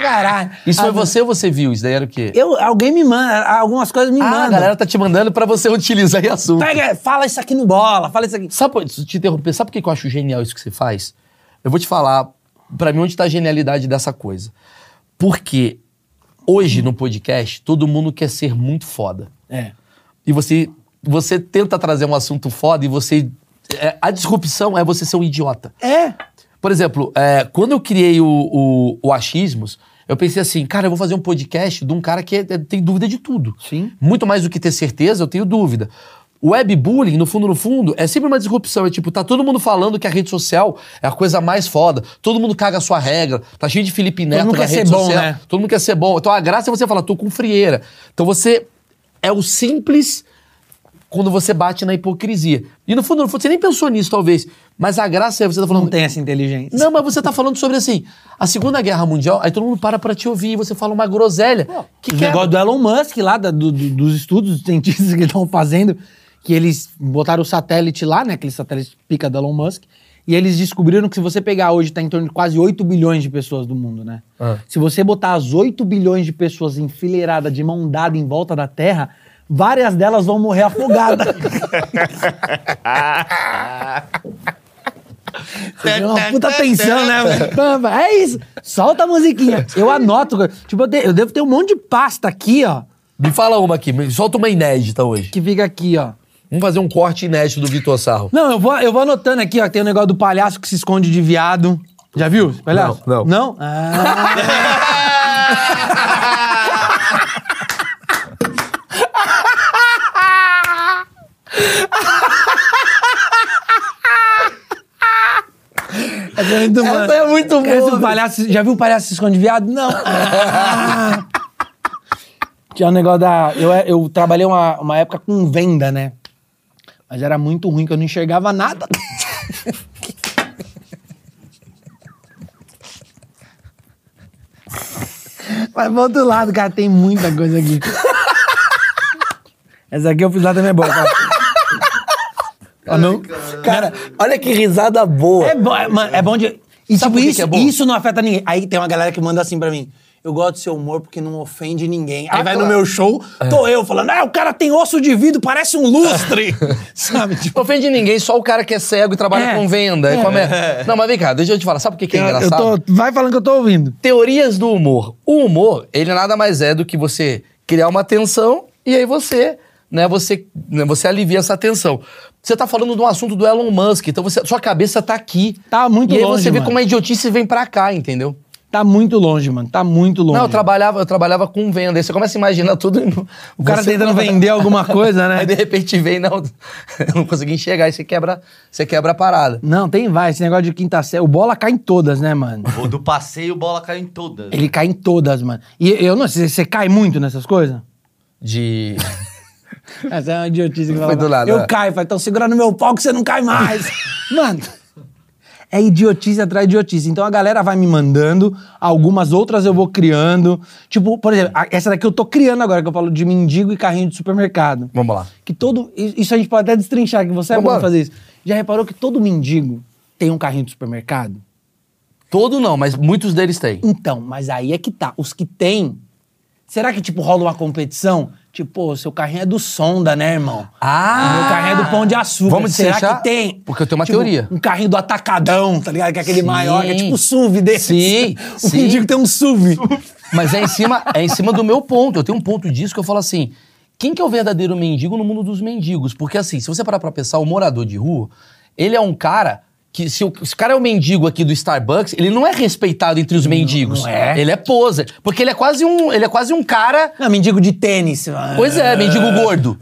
S1: caralho.
S2: Isso foi
S1: Ah,
S2: você ou você viu? Isso daí era o quê?
S1: Eu, alguém me manda, algumas coisas me
S2: ah,
S1: mandam.
S2: a galera tá te mandando pra você utilizar em assunto.
S1: Pega, fala isso aqui no bola, fala isso aqui.
S2: Sabe, por- se te interromper, sabe por que que eu acho genial isso que você faz? Eu vou te falar, pra mim, onde tá a genialidade dessa coisa. Porque hoje, no podcast, todo mundo quer ser muito foda.
S1: É.
S2: E você, você tenta trazer um assunto foda e você... é, a disrupção é você ser um idiota.
S1: É.
S2: Por exemplo, é, quando eu criei o, o, o Achismos, eu pensei assim, cara, eu vou fazer um podcast de um cara que é- é- tem dúvida de tudo.
S1: Sim.
S2: Muito mais do que ter certeza, eu tenho dúvida. O webbullying, no fundo, no fundo, é sempre uma disrupção. É tipo, tá todo mundo falando que a rede social é a coisa mais foda. Todo mundo caga a sua regra. Tá cheio de Felipe Neto na
S1: mundo quer
S2: rede
S1: ser bom,
S2: social.
S1: né?
S2: Todo mundo quer ser bom. Então a graça é você falar, tô com frieira. Então você é o simples quando você bate na hipocrisia. E no fundo, no fundo, você nem pensou nisso, talvez. Mas a graça é você tá falando.
S1: Não tem essa inteligência.
S2: Não, mas você tá falando sobre assim, a Segunda Guerra Mundial, aí todo mundo para pra te ouvir, e você fala uma groselha. que
S1: o
S2: que é?
S1: negócio do Elon Musk lá, da- do- do- dos estudos dos cientistas que estão fazendo, que eles botaram o satélite lá, né? Aquele satélite pica do Elon Musk. E eles descobriram que se você pegar hoje, tá em torno de quase 8 bilhões de pessoas do mundo, né?
S2: Ah.
S1: Se você botar as 8 bilhões de pessoas enfileirada de mão dada em volta da Terra, várias delas vão morrer afogadas. Você tem É uma puta tensão,
S3: [LAUGHS]
S1: né? velho? Pamba, É isso. Solta a musiquinha. Eu anoto. Tipo, eu, te- eu devo ter um monte de pasta aqui, ó.
S2: Me fala uma aqui, me- solta uma inédita hoje.
S1: Que fica aqui, ó.
S2: Vamos fazer um corte inédito do Vitor Sarro.
S1: Não, eu vou, eu vou anotando aqui, ó. que Tem o negócio do palhaço que se esconde de viado. Já viu? esse Palhaço?
S2: Não, não. [LAUGHS]
S1: Não? Ah. É muito bom.
S2: Essa é muito boa,
S1: Esse
S2: velho.
S1: palhaço, já viu o palhaço se esconde de
S2: [LAUGHS]
S1: viado? Não. Ah. Tinha um negócio da. Eu, eu trabalhei uma, uma época com venda, né? Mas era muito ruim que eu não enxergava nada. [LAUGHS] Mas pro outro lado, cara, tem muita coisa aqui. [LAUGHS] Essa aqui eu fiz lá também é boa, cara. Ó, não? Cara,
S2: Olha que risada boa.
S1: é bom, é, mano, é bom de. E
S2: Sabe
S1: tipo,
S2: por que
S1: isso,
S2: que é bom?
S1: isso não afeta ninguém. Aí tem uma galera que manda assim pra mim. Eu gosto do seu humor porque não ofende ninguém. Aí vai no meu show, tô eu falando, ah, o cara tem osso de vidro, parece um lustre. [LAUGHS] Sabe? Tipo,
S2: Não ofende ninguém, só o cara que é cego e trabalha
S1: É.
S2: com venda. e com a mer- Não, mas vem cá, deixa É. eu te falar. Sabe por que, que é engraçado?
S1: Vai falando que eu tô ouvindo.
S2: Teorias do humor. O humor, ele nada mais é do que você criar uma tensão e aí você, né, você, né, você alivia essa tensão. Você tá falando de um assunto do Elon Musk, então você, sua cabeça tá aqui.
S1: Tá muito
S2: E aí
S1: longe,
S2: você vê
S1: mano.
S2: como a idiotice vem pra cá, entendeu?
S1: [LAUGHS] Tá muito longe, mano. Tá muito longe.
S2: Não, eu trabalhava, eu trabalhava com venda. Aí você começa a imaginar tudo. e não-
S1: O cara
S2: você
S1: tentando
S2: não-
S1: vender alguma coisa, né?
S2: Aí de repente vem, não, [LAUGHS] eu não consegui enxergar, aí você quebra, você quebra a parada.
S1: Não, tem vai. Esse negócio de quinta série. O bola cai em todas, né, mano?
S3: O do passeio, bola caiu em todas.
S1: Ele cai em todas, mano. E eu não sei, você cai muito nessas coisas?
S2: De.
S1: [LAUGHS] Essa é uma idiotice que
S2: Foi
S1: fala,
S2: do nada,
S1: Eu
S2: é.
S1: caio, fala, então segura no meu pau que você não cai [LAUGHS] mais. Mano, é idiotice atrás de idiotice. Então a galera vai me mandando, algumas outras eu vou criando. Tipo, por exemplo, a- essa daqui eu tô criando agora, que eu falo de mendigo e carrinho de supermercado.
S2: Vamos lá.
S1: Que todo. i- Isso a gente pode até destrinchar, que você é bom
S2: Vambora.
S1: em fazer isso. Já reparou que todo mendigo tem um carrinho de supermercado?
S2: Todo não, mas muitos deles têm.
S1: Então, mas aí é que tá. Os que tem, será que, tipo, rola uma competição? Tipo, pô, seu carrinho é do Sonda, né, irmão?
S2: Ah!
S1: Meu carrinho é do Pão de Açúcar.
S2: Vamos
S1: Será
S2: destrinchar?
S1: que tem?
S2: Porque eu tenho uma
S1: Tipo,
S2: teoria.
S1: Um carrinho do Atacadão, tá ligado? Que é aquele
S2: Sim.
S1: maior, que é tipo o SUV desse.
S2: Sim,
S1: [LAUGHS] O
S2: sim.
S1: mendigo tem um SUV.
S2: Mas é em cima, é em cima do meu ponto. Eu tenho um ponto disso que eu falo assim: quem que é o verdadeiro mendigo no mundo dos mendigos? Porque assim, se você parar pra pensar, o morador de rua, ele é um cara que se o, se o cara é o mendigo aqui do Starbucks, ele não é respeitado entre os mendigos.
S1: não é.
S2: Ele é poser, porque ele é quase um, ele é quase um cara
S1: Não, mendigo de tênis.
S2: Pois
S1: [LAUGHS]
S2: é, Tá mendigo gordo.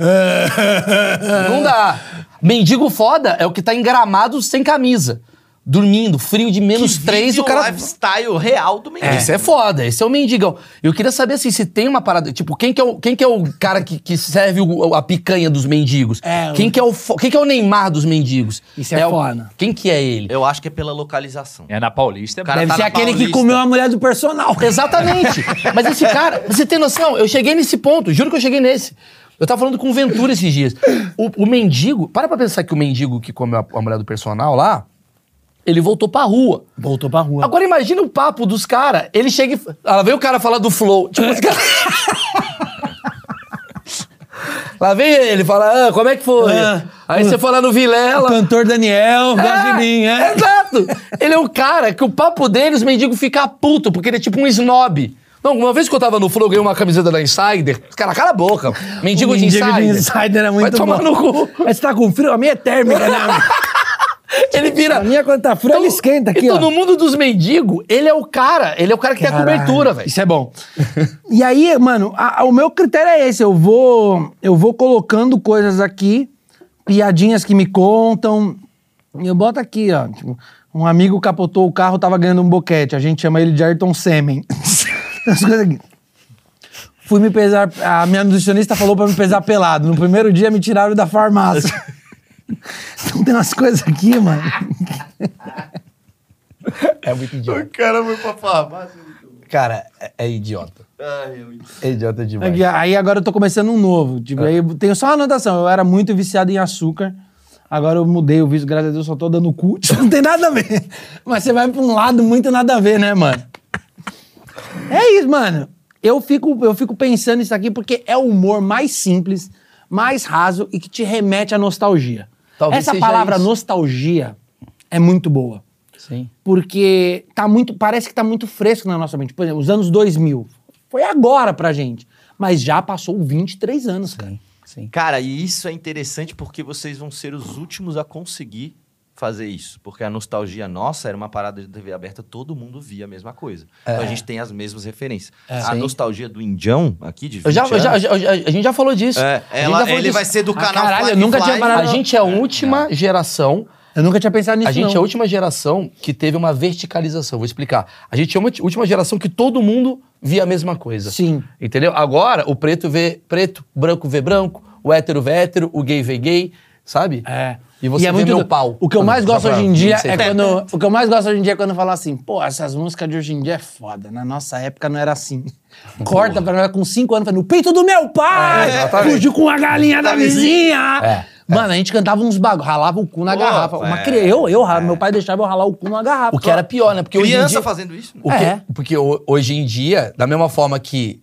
S2: Não dá. Mendigo foda é o que tá engramado sem camisa. Dormindo, frio de menos
S3: Que
S2: três,
S3: vive
S2: o cara.
S3: lifestyle real do menino.
S2: Esse é foda, esse é o mendigão. Eu queria saber assim, se tem uma parada. Tipo, quem que é o, quem que é o cara que, que serve o- a picanha dos mendigos?
S1: É,
S2: quem,
S1: o-
S2: que é o, fo- quem que é o Neymar dos mendigos?
S1: Isso é
S2: o-
S1: foda.
S2: Quem que é ele?
S3: Eu acho que é pela localização.
S4: É na Paulista. é
S3: Cara,
S1: Deve
S3: tá
S1: ser
S3: na
S1: aquele que
S3: Paulista.
S1: comeu a mulher do personal. [LAUGHS]
S2: Exatamente. Mas esse cara, você tem noção? Eu cheguei nesse ponto, juro que eu cheguei nesse. Eu tava falando com o Ventura esses dias. O, o mendigo, para pra pensar que o mendigo que comeu a, a mulher do personal lá, ele voltou pra rua.
S1: Voltou pra rua.
S2: Agora imagina o papo dos caras. Ele chega e. f- Ah, lá vem o cara falar do flow. Tipo, os cara... [LAUGHS] Lá vem ele, fala, ah, como é que foi?
S1: Ah,
S2: Aí você foi lá no
S1: o
S2: Vilela.
S1: cantor Daniel, gosta de mim,
S2: [LAUGHS]
S1: é?
S2: Exato. Ele é o cara que o papo dele, os mendigos ficam puto, porque ele é tipo um snob. Não, uma vez que eu tava no Flow, eu ganhei uma camiseta da Insider. Os caras, cala a boca. Mendigo,
S1: O
S2: de Insider.
S1: é muito
S2: Vai
S1: bom.
S2: tomar no cu.
S1: Mas você tá com frio? A minha é térmica, né? amigo?
S2: Ele vira...
S1: A minha, quando tá frio, ela esquenta aqui,
S2: Então,
S1: ó.
S2: no mundo dos mendigos, ele é o cara. Ele é o cara que tem a
S1: Caralho,
S2: cobertura, velho.
S1: Isso é bom. [LAUGHS] e aí, mano, a- a- o meu critério é esse. Eu vou, eu vou colocando coisas aqui, piadinhas que me contam. E eu boto aqui, ó. tipo, um amigo capotou o carro, tava ganhando um boquete. A gente chama ele de Ayrton Semen. [LAUGHS] As coisas aqui. Fui me pesar. A minha nutricionista falou pra me pesar pelado. No primeiro dia me tiraram da [LAUGHS] farmácia. então tem umas coisas aqui, mano.
S2: É muito idiota.
S3: cara foi pra farmácia.
S2: Cara, é, é idiota.
S3: Ai, eu...
S2: É idiota demais.
S1: Aqui, aí agora eu tô começando um novo. Tipo, aí eu tenho só uma anotação. Eu era muito viciado em açúcar. Agora eu mudei o vício, graças a Deus, só tô dando cu. [LAUGHS] Tipo, Não tem nada a ver. Mas você vai pra um lado muito nada a ver, né, mano? É isso, mano. Eu fico, eu fico pensando isso aqui porque é o humor mais simples, mais raso e que te remete à nostalgia.
S2: Talvez
S1: Essa
S2: seja
S1: palavra
S2: isso.
S1: nostalgia é muito boa
S2: Sim.
S1: porque tá muito, parece que tá muito fresco na nossa mente. Por exemplo, os anos 2000. Foi agora pra gente. Mas já passou 23 anos, cara.
S2: Sim. Sim.
S3: Cara, e isso é interessante porque vocês vão ser os últimos a conseguir fazer isso. Porque a nostalgia nossa era uma parada de TV aberta, todo mundo via a mesma coisa. Então a gente tem as mesmas referências. a
S2: Sim.
S3: nostalgia do Indião, aqui de 20
S2: Eu já, eu já-
S3: anos,
S2: eu já- eu já- a gente já falou disso.
S3: é,
S2: A gente
S3: ela-
S2: já falou
S3: ele
S2: disso.
S3: vai ser do
S1: Ah,
S3: canal
S1: caralho,
S3: Fly
S1: eu nunca
S3: Fly.
S1: tinha parado
S2: A gente é a última geração
S1: Eu nunca tinha pensado nisso,
S2: A gente é
S1: não.
S2: a última geração que teve uma verticalização, vou explicar. A gente é a ulti- última geração que todo mundo via a mesma coisa.
S1: Sim.
S2: Entendeu? Agora, o preto vê preto, o branco vê branco, o hétero vê hétero, o gay vê gay, sabe?
S1: É.
S2: E você
S1: é
S2: vê meu
S1: doido.
S2: pau.
S1: O que eu
S2: Também,
S1: mais
S2: só
S1: gosto
S2: pra-
S1: hoje em dia
S2: não sei.
S1: é quando. O que eu mais gosto hoje em dia é quando fala assim, pô, essas músicas de hoje em dia é foda. Na nossa época não
S2: [LAUGHS]
S1: era assim. Corta pra nós com 5 anos, falando, no peito do meu pai!
S2: É, exatamente. É,
S1: fugiu com a galinha da vizinha! Mano, a gente cantava uns bagulho, ralava o cu na
S3: Pô,
S1: garrafa. Uma
S3: é,
S1: cria- eu, eu, ra- meu pai deixava eu ralar o cu numa garrafa.
S2: O que era pior, né? Porque hoje em
S3: Criança
S2: dia...
S3: fazendo isso, né?
S2: O
S1: É.
S2: que- porque ho- hoje em dia, da mesma forma que.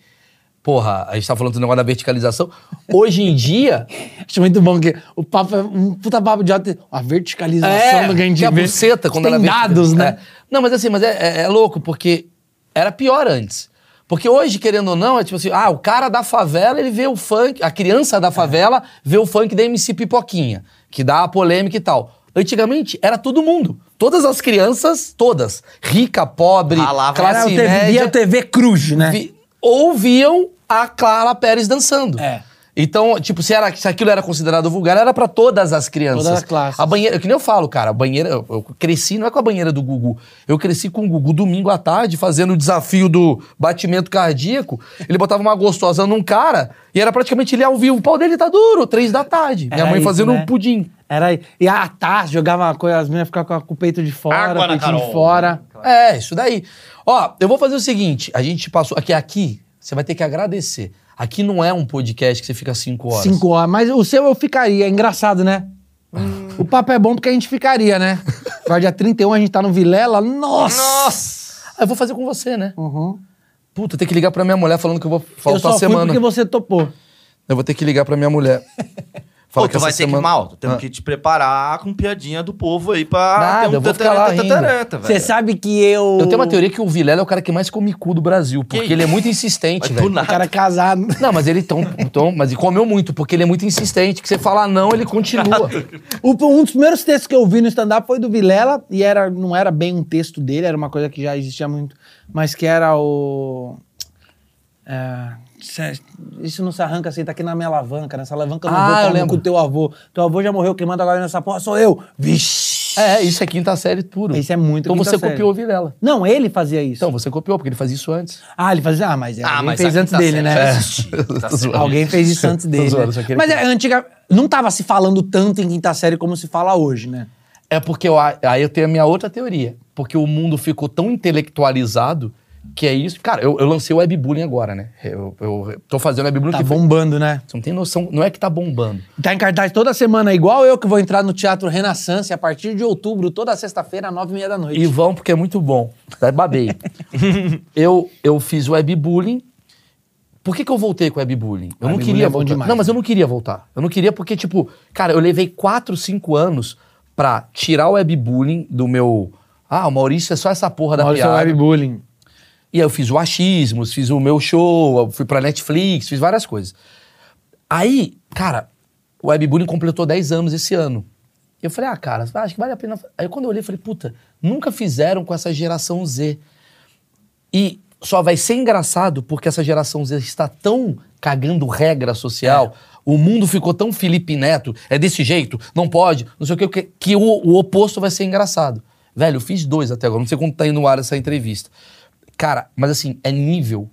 S2: Porra, a gente tá falando do negócio da verticalização. Hoje em
S1: [LAUGHS]
S2: dia.
S1: Acho muito bom que o papo é um puta papo de alta. A verticalização do que a gente
S2: É, que a
S1: vê.
S2: buceta, quando
S1: É. tem
S2: ela vê-
S1: dados,
S2: É.
S1: né?
S2: Não, mas assim, mas é, é- é louco, porque era pior antes. Porque hoje, querendo ou não, é tipo assim, ah, o cara da favela, ele vê o funk, a criança da favela vê o funk da MC Pipoquinha, que dá a polêmica e tal. Antigamente, era todo mundo. Todas as crianças, todas. Rica, pobre,
S3: Ralava.
S1: Era o
S2: classe
S1: TV, via
S2: Assim, média.
S1: o TV Cruz, né?
S2: vi- ouviam a Clara Pérez dançando.
S1: É.
S2: Então, tipo, se, era, se aquilo era considerado vulgar, era pra todas as crianças.
S1: Todas as classes.
S2: A banheira, é que nem eu falo, cara, a banheira, eu, eu cresci, não é com a banheira do Gugu. Eu cresci com o Gugu domingo à tarde, fazendo o desafio do batimento cardíaco. Ele botava uma gostosa num cara e era praticamente ele ao vivo. O pau dele tá duro, três da tarde. Minha
S1: Era
S2: mãe
S1: isso,
S2: fazendo
S1: né?
S2: um pudim.
S1: Era, e a Taz jogava uma coisa, as meninas ficavam com, com o peito de fora,
S4: Água na
S1: o peitinho de
S4: Carol.
S1: fora.
S2: É, isso daí. Ó, eu vou fazer o seguinte: a gente passou. Aqui, aqui, você vai ter que agradecer. Aqui não é um podcast que você fica cinco horas.
S1: Cinco horas. Mas o seu eu ficaria, é engraçado, né?
S2: Hum.
S1: O papo é bom porque a gente ficaria, né? Agora dia 31 a gente tá no Vilela. Nossa!
S2: Nossa! Eu vou fazer com você, né?
S1: Uhum.
S2: Puta, tem que ligar pra minha mulher falando que eu vou
S1: Eu
S2: faltar
S1: só
S2: a
S1: fui
S2: semana.
S1: porque você topou.
S2: Eu vou ter que ligar pra minha mulher. Falar
S3: [LAUGHS] Pô, tu vai
S2: essa
S3: ter que ir
S2: semana-
S3: mal. Tu tem
S2: Ah.
S3: que te preparar com piadinha do povo aí pra
S2: Nada,
S3: ter
S2: eu vou ficar lá rindo.
S3: tatarata, velho.
S1: Você sabe que eu.
S2: Eu tenho uma teoria que o Vilela é o cara que mais come cu do Brasil, porque
S3: Que
S2: ele é muito insistente,
S3: Mas do
S2: velho.
S1: O cara
S3: nada.
S1: casado.
S2: Não, mas ele tão, tão, mas ele comeu muito, porque ele é muito insistente. Que você fala não, ele continua.
S3: [LAUGHS]
S1: O- um dos primeiros textos que eu vi no stand-up foi do Vilela, e era, não era bem um texto dele, era uma coisa que já existia muito, mas que era o. é, cê- isso não se arranca assim, tá aqui na minha alavanca, nessa alavanca eu não
S2: Ah, eu
S1: vou tomar
S2: lembro.
S1: com o teu avô. Teu avô já morreu, quem manda agora nessa porra sou eu. Vixe!
S2: é, isso é quinta série puro.
S1: Isso é muito
S2: Então
S1: quinta
S2: você
S1: série.
S2: copiou o Vilela.
S1: Não, ele fazia isso.
S2: Então, você copiou, porque ele fazia isso antes.
S1: ah, ele fazia. Ah, mas é,
S3: Ah,
S1: alguém
S3: mas
S1: fez
S3: a
S2: tá
S1: antes
S3: quinta
S1: dele,
S3: série
S1: né?
S3: já
S4: É.
S3: existia. Tá certo.
S1: Alguém fez isso antes dele.
S2: zoando,
S1: né?
S2: só queria
S1: Mas
S2: que-
S1: é, antiga. Não tava se falando tanto em quinta série como se fala hoje, né?
S2: É porque eu, a- aí eu tenho a minha outra teoria. Porque o mundo ficou tão intelectualizado que é isso. Cara, eu, eu lancei o webbullying agora, né? Eu, eu tô fazendo webbullying
S1: Tá
S2: que foi-
S1: bombando, né?
S2: Você não tem noção. Não é que tá bombando.
S1: Tá em cartaz toda semana, igual eu que vou entrar no Teatro Renaissance a partir de outubro, toda sexta-feira, às nove e meia da noite.
S2: E vão porque é muito bom. Até babei.
S1: [LAUGHS]
S2: eu, eu fiz webbullying. Por que, que eu voltei com webbullying? Eu não
S1: Webbullying
S2: queria
S1: é bom
S2: voltar.
S1: demais,
S2: não, mas eu
S1: né?
S2: não queria voltar. Eu não queria porque, tipo, cara, eu levei 4, 5 anos pra tirar o webbullying do meu. Ah, o Maurício é só essa porra da
S1: Maurício um
S2: piada.
S1: Webbullying.
S2: E aí eu fiz o achismos, fiz o meu show, eu fui pra Netflix, fiz várias coisas. Aí, cara, o Webbullying completou 10 anos esse ano. Eu falei, ah, cara, acho que vale a pena. Aí quando eu olhei, eu falei, puta, nunca fizeram com essa geração Z. E só vai ser engraçado porque essa geração Z está tão cagando regra
S1: É.
S2: social. O mundo ficou tão Felipe Neto, é desse jeito, não pode, não sei o quê, que, que o, o oposto vai ser engraçado. Velho, eu fiz dois até agora, não sei quando tá indo no ar essa entrevista. Cara, mas assim, é nível.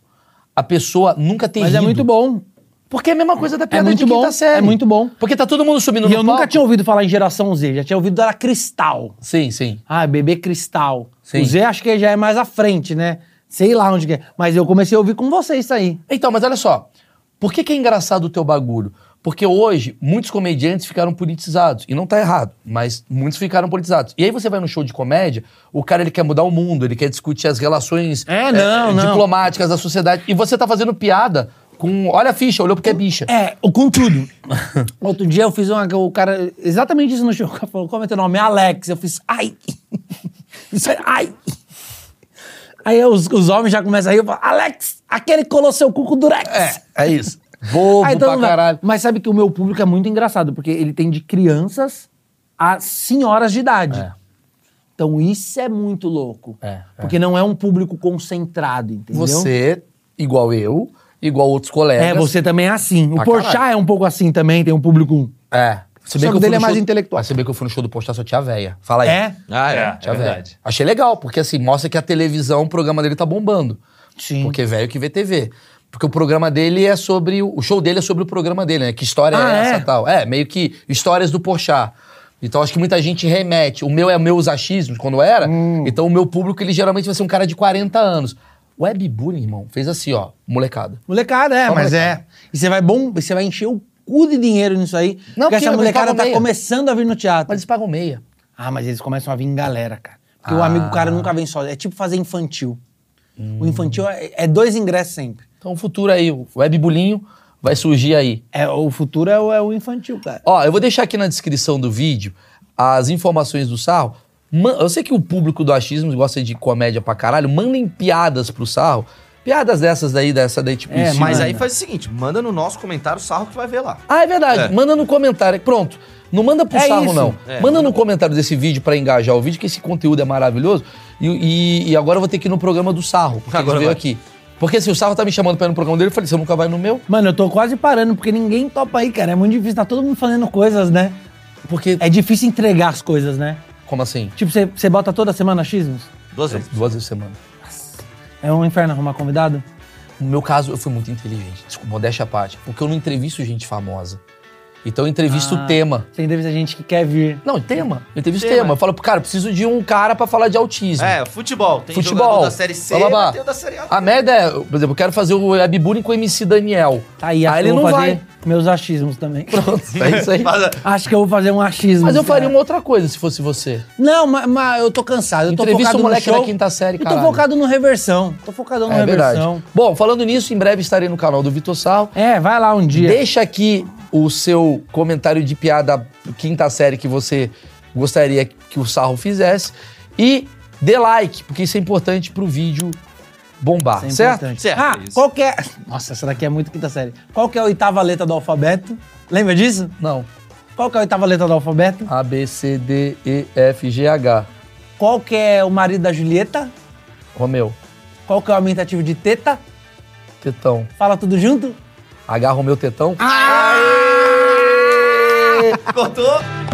S2: A pessoa nunca tem
S1: Mas é
S2: rido.
S1: muito bom.
S2: Porque é a mesma coisa da piada
S1: muito
S2: de quinta
S1: bom,
S2: série.
S1: é muito bom.
S2: Porque tá todo mundo subindo
S1: E
S2: no
S1: eu nunca
S2: palco.
S1: tinha ouvido falar em geração Z, já tinha ouvido da cristal.
S2: Sim, sim.
S1: Ah, bebê cristal.
S2: Sim.
S1: O Z acho que já é mais à frente, né? Sei lá onde que é. Mas eu comecei a ouvir com você isso aí.
S2: Então, mas olha só. Por que, que é engraçado o teu bagulho? Porque hoje muitos comediantes ficaram politizados. E não tá errado, mas muitos ficaram politizados. E aí você vai no show de comédia, o cara ele quer mudar o mundo, ele quer discutir as relações
S1: É, não, não.
S2: diplomáticas da sociedade. E você tá fazendo piada com. Olha a ficha, olhou porque é bicha.
S1: É, o contudo. [LAUGHS] Outro dia eu fiz uma. O cara. Exatamente isso no show. O cara falou: como é teu nome? Alex. Eu fiz. Ai! [LAUGHS] Isso é, ai! Aí os, os homens já começam a rir. eu falo, Alex, aquele que colou seu cu com o durex.
S2: É, isso. Bobo
S1: Aí todo
S2: pra
S1: mundo vai.
S2: caralho.
S1: Mas sabe que o meu público é muito engraçado, porque ele tem de crianças a senhoras de idade.
S2: É.
S1: Então isso é muito louco.
S2: É, é.
S1: Porque não é um público concentrado, entendeu?
S4: é
S2: Você, igual eu, igual outros colegas.
S1: É, você também é assim. O
S2: Pra
S1: Porchat
S2: caralho.
S1: é um pouco assim também, tem um público...
S2: É. Se
S1: Só que
S2: eu fui
S1: dele
S2: no
S1: é mais
S2: show-
S1: intelectual.
S2: Mas se bem que eu fui no show do Postar, só tinha véia. Fala aí.
S1: É?
S3: Ah,
S4: É,
S3: é.
S4: é
S2: Tinha véia.
S4: verdade.
S2: Achei legal, porque assim, mostra que a televisão, o programa dele tá bombando.
S1: Sim.
S2: Porque velho que vê TV. Porque o programa dele é sobre... O o show dele é sobre o programa dele, né? Que história
S1: Ah,
S2: é essa
S1: é?
S2: e tal. É, meio que histórias do Porchat. Então acho que muita gente remete. O meu é meus achismos, quando era.
S1: Hum.
S2: Então o meu público, ele geralmente vai ser um cara de 40 anos. Webbullying, irmão, fez assim, ó, molecada.
S1: Molecada, é,
S2: Só
S1: mas
S2: molecada.
S1: é. E você vai bom, você vai encher o cu de dinheiro nisso aí.
S2: Não,
S1: porque
S2: porque
S1: essa
S2: eles
S1: molecada
S2: pagam
S1: tá
S2: meia.
S1: começando a vir no teatro.
S2: Mas eles pagam meia.
S1: Ah, mas eles começam a vir em galera, cara. Porque o
S2: Ah.
S1: amigo do cara nunca vem só. É tipo fazer infantil. O infantil é, é dois ingressos sempre.
S2: Então, o futuro aí, o webbulinho vai surgir aí.
S1: É, o futuro é o, é o infantil, cara.
S2: Ó, eu vou deixar aqui na descrição do vídeo as informações do Sarro. Man- eu sei que o público do achismo gosta de comédia pra caralho. Mandem piadas pro Sarro. Piadas dessas daí, dessa daí, tipo...
S1: É,
S2: em cima.
S3: Mas
S1: Manda.
S3: aí faz o seguinte, manda no nosso comentário o sarro que tu vai ver lá.
S2: Ah, é verdade.
S3: É.
S2: Manda no comentário. Pronto. Não manda pro
S1: É
S2: Sarro,
S1: isso.
S2: não.
S3: É.
S2: Manda no comentário desse vídeo pra engajar o vídeo, que esse conteúdo é maravilhoso. E, e- e agora eu vou ter que ir no programa do Sarro, porque
S3: Agora
S2: ele veio
S3: vai.
S2: aqui. Porque se o Sarro tá me chamando pra ir no programa dele, eu falei, você nunca vai no meu?
S1: Mano, eu tô quase parando, porque ninguém topa aí, cara. É muito difícil, tá todo mundo fazendo coisas, né?
S2: Porque...
S1: É difícil entregar as coisas, né?
S2: Como assim?
S1: Tipo, você- você bota toda semana xismos?
S3: Duas vezes.
S2: Duas vezes por semana.
S1: É um inferno arrumar convidado?
S2: No meu caso, eu fui muito inteligente. Desculpa, modéstia à parte. Porque eu não entrevisto gente famosa. Então eu entrevisto o tema.
S4: Você entrevista gente que quer vir.
S2: Não, tema. Eu entrevisto
S3: Ah. Tema.
S2: tema. Eu falo, cara, eu preciso de um cara pra falar de autismo.
S3: É, futebol. Tem
S2: Futebol.
S3: jogador da Série C,
S2: blá, blá, blá.
S3: tem o da Série A.
S2: A merda é, por exemplo, eu quero fazer o webbullying com o MC Daniel.
S4: Tá aí, acho
S2: Aí
S4: que eu
S2: Ah, ele
S4: vou
S2: não
S4: fazer
S2: vai.
S4: meus achismos também.
S2: [LAUGHS] É isso aí.
S3: Faz né? a-
S4: [LAUGHS] Acho que eu vou fazer um achismo.
S2: Mas eu faria
S4: cara.
S2: uma outra coisa se fosse você.
S4: Não, mas, eu tô cansado. Eu tô
S2: Entrevista
S4: focado
S2: o moleque
S4: no show.
S2: da quinta série,
S4: Eu tô
S2: caralho.
S4: focado no reversão. Tô focado no
S2: É verdade.
S4: reversão.
S2: Bom, falando nisso, em breve estarei no canal do Vitor Sarro.
S4: É, vai lá um dia.
S2: Deixa aqui o seu comentário de piada quinta série que você gostaria que o Sarro fizesse. E dê like, porque isso é importante pro vídeo bombar,
S4: Isso é
S2: certo?
S4: importante.
S3: Certo,
S4: Ah,
S3: é isso.
S4: qual que é... [LAUGHS] Nossa, essa daqui é muito quinta série. Qual que é a oitava letra do alfabeto? Lembra disso?
S2: Não.
S4: Qual que é a oitava letra do alfabeto?
S2: A, B, C, D, E, F, G, H.
S4: Qual que é o marido da Julieta?
S2: Romeu,
S4: Qual que é o aumentativo de teta?
S2: tetão.
S4: Fala tudo junto?
S2: Agarra o meu tetão.
S3: Cortou?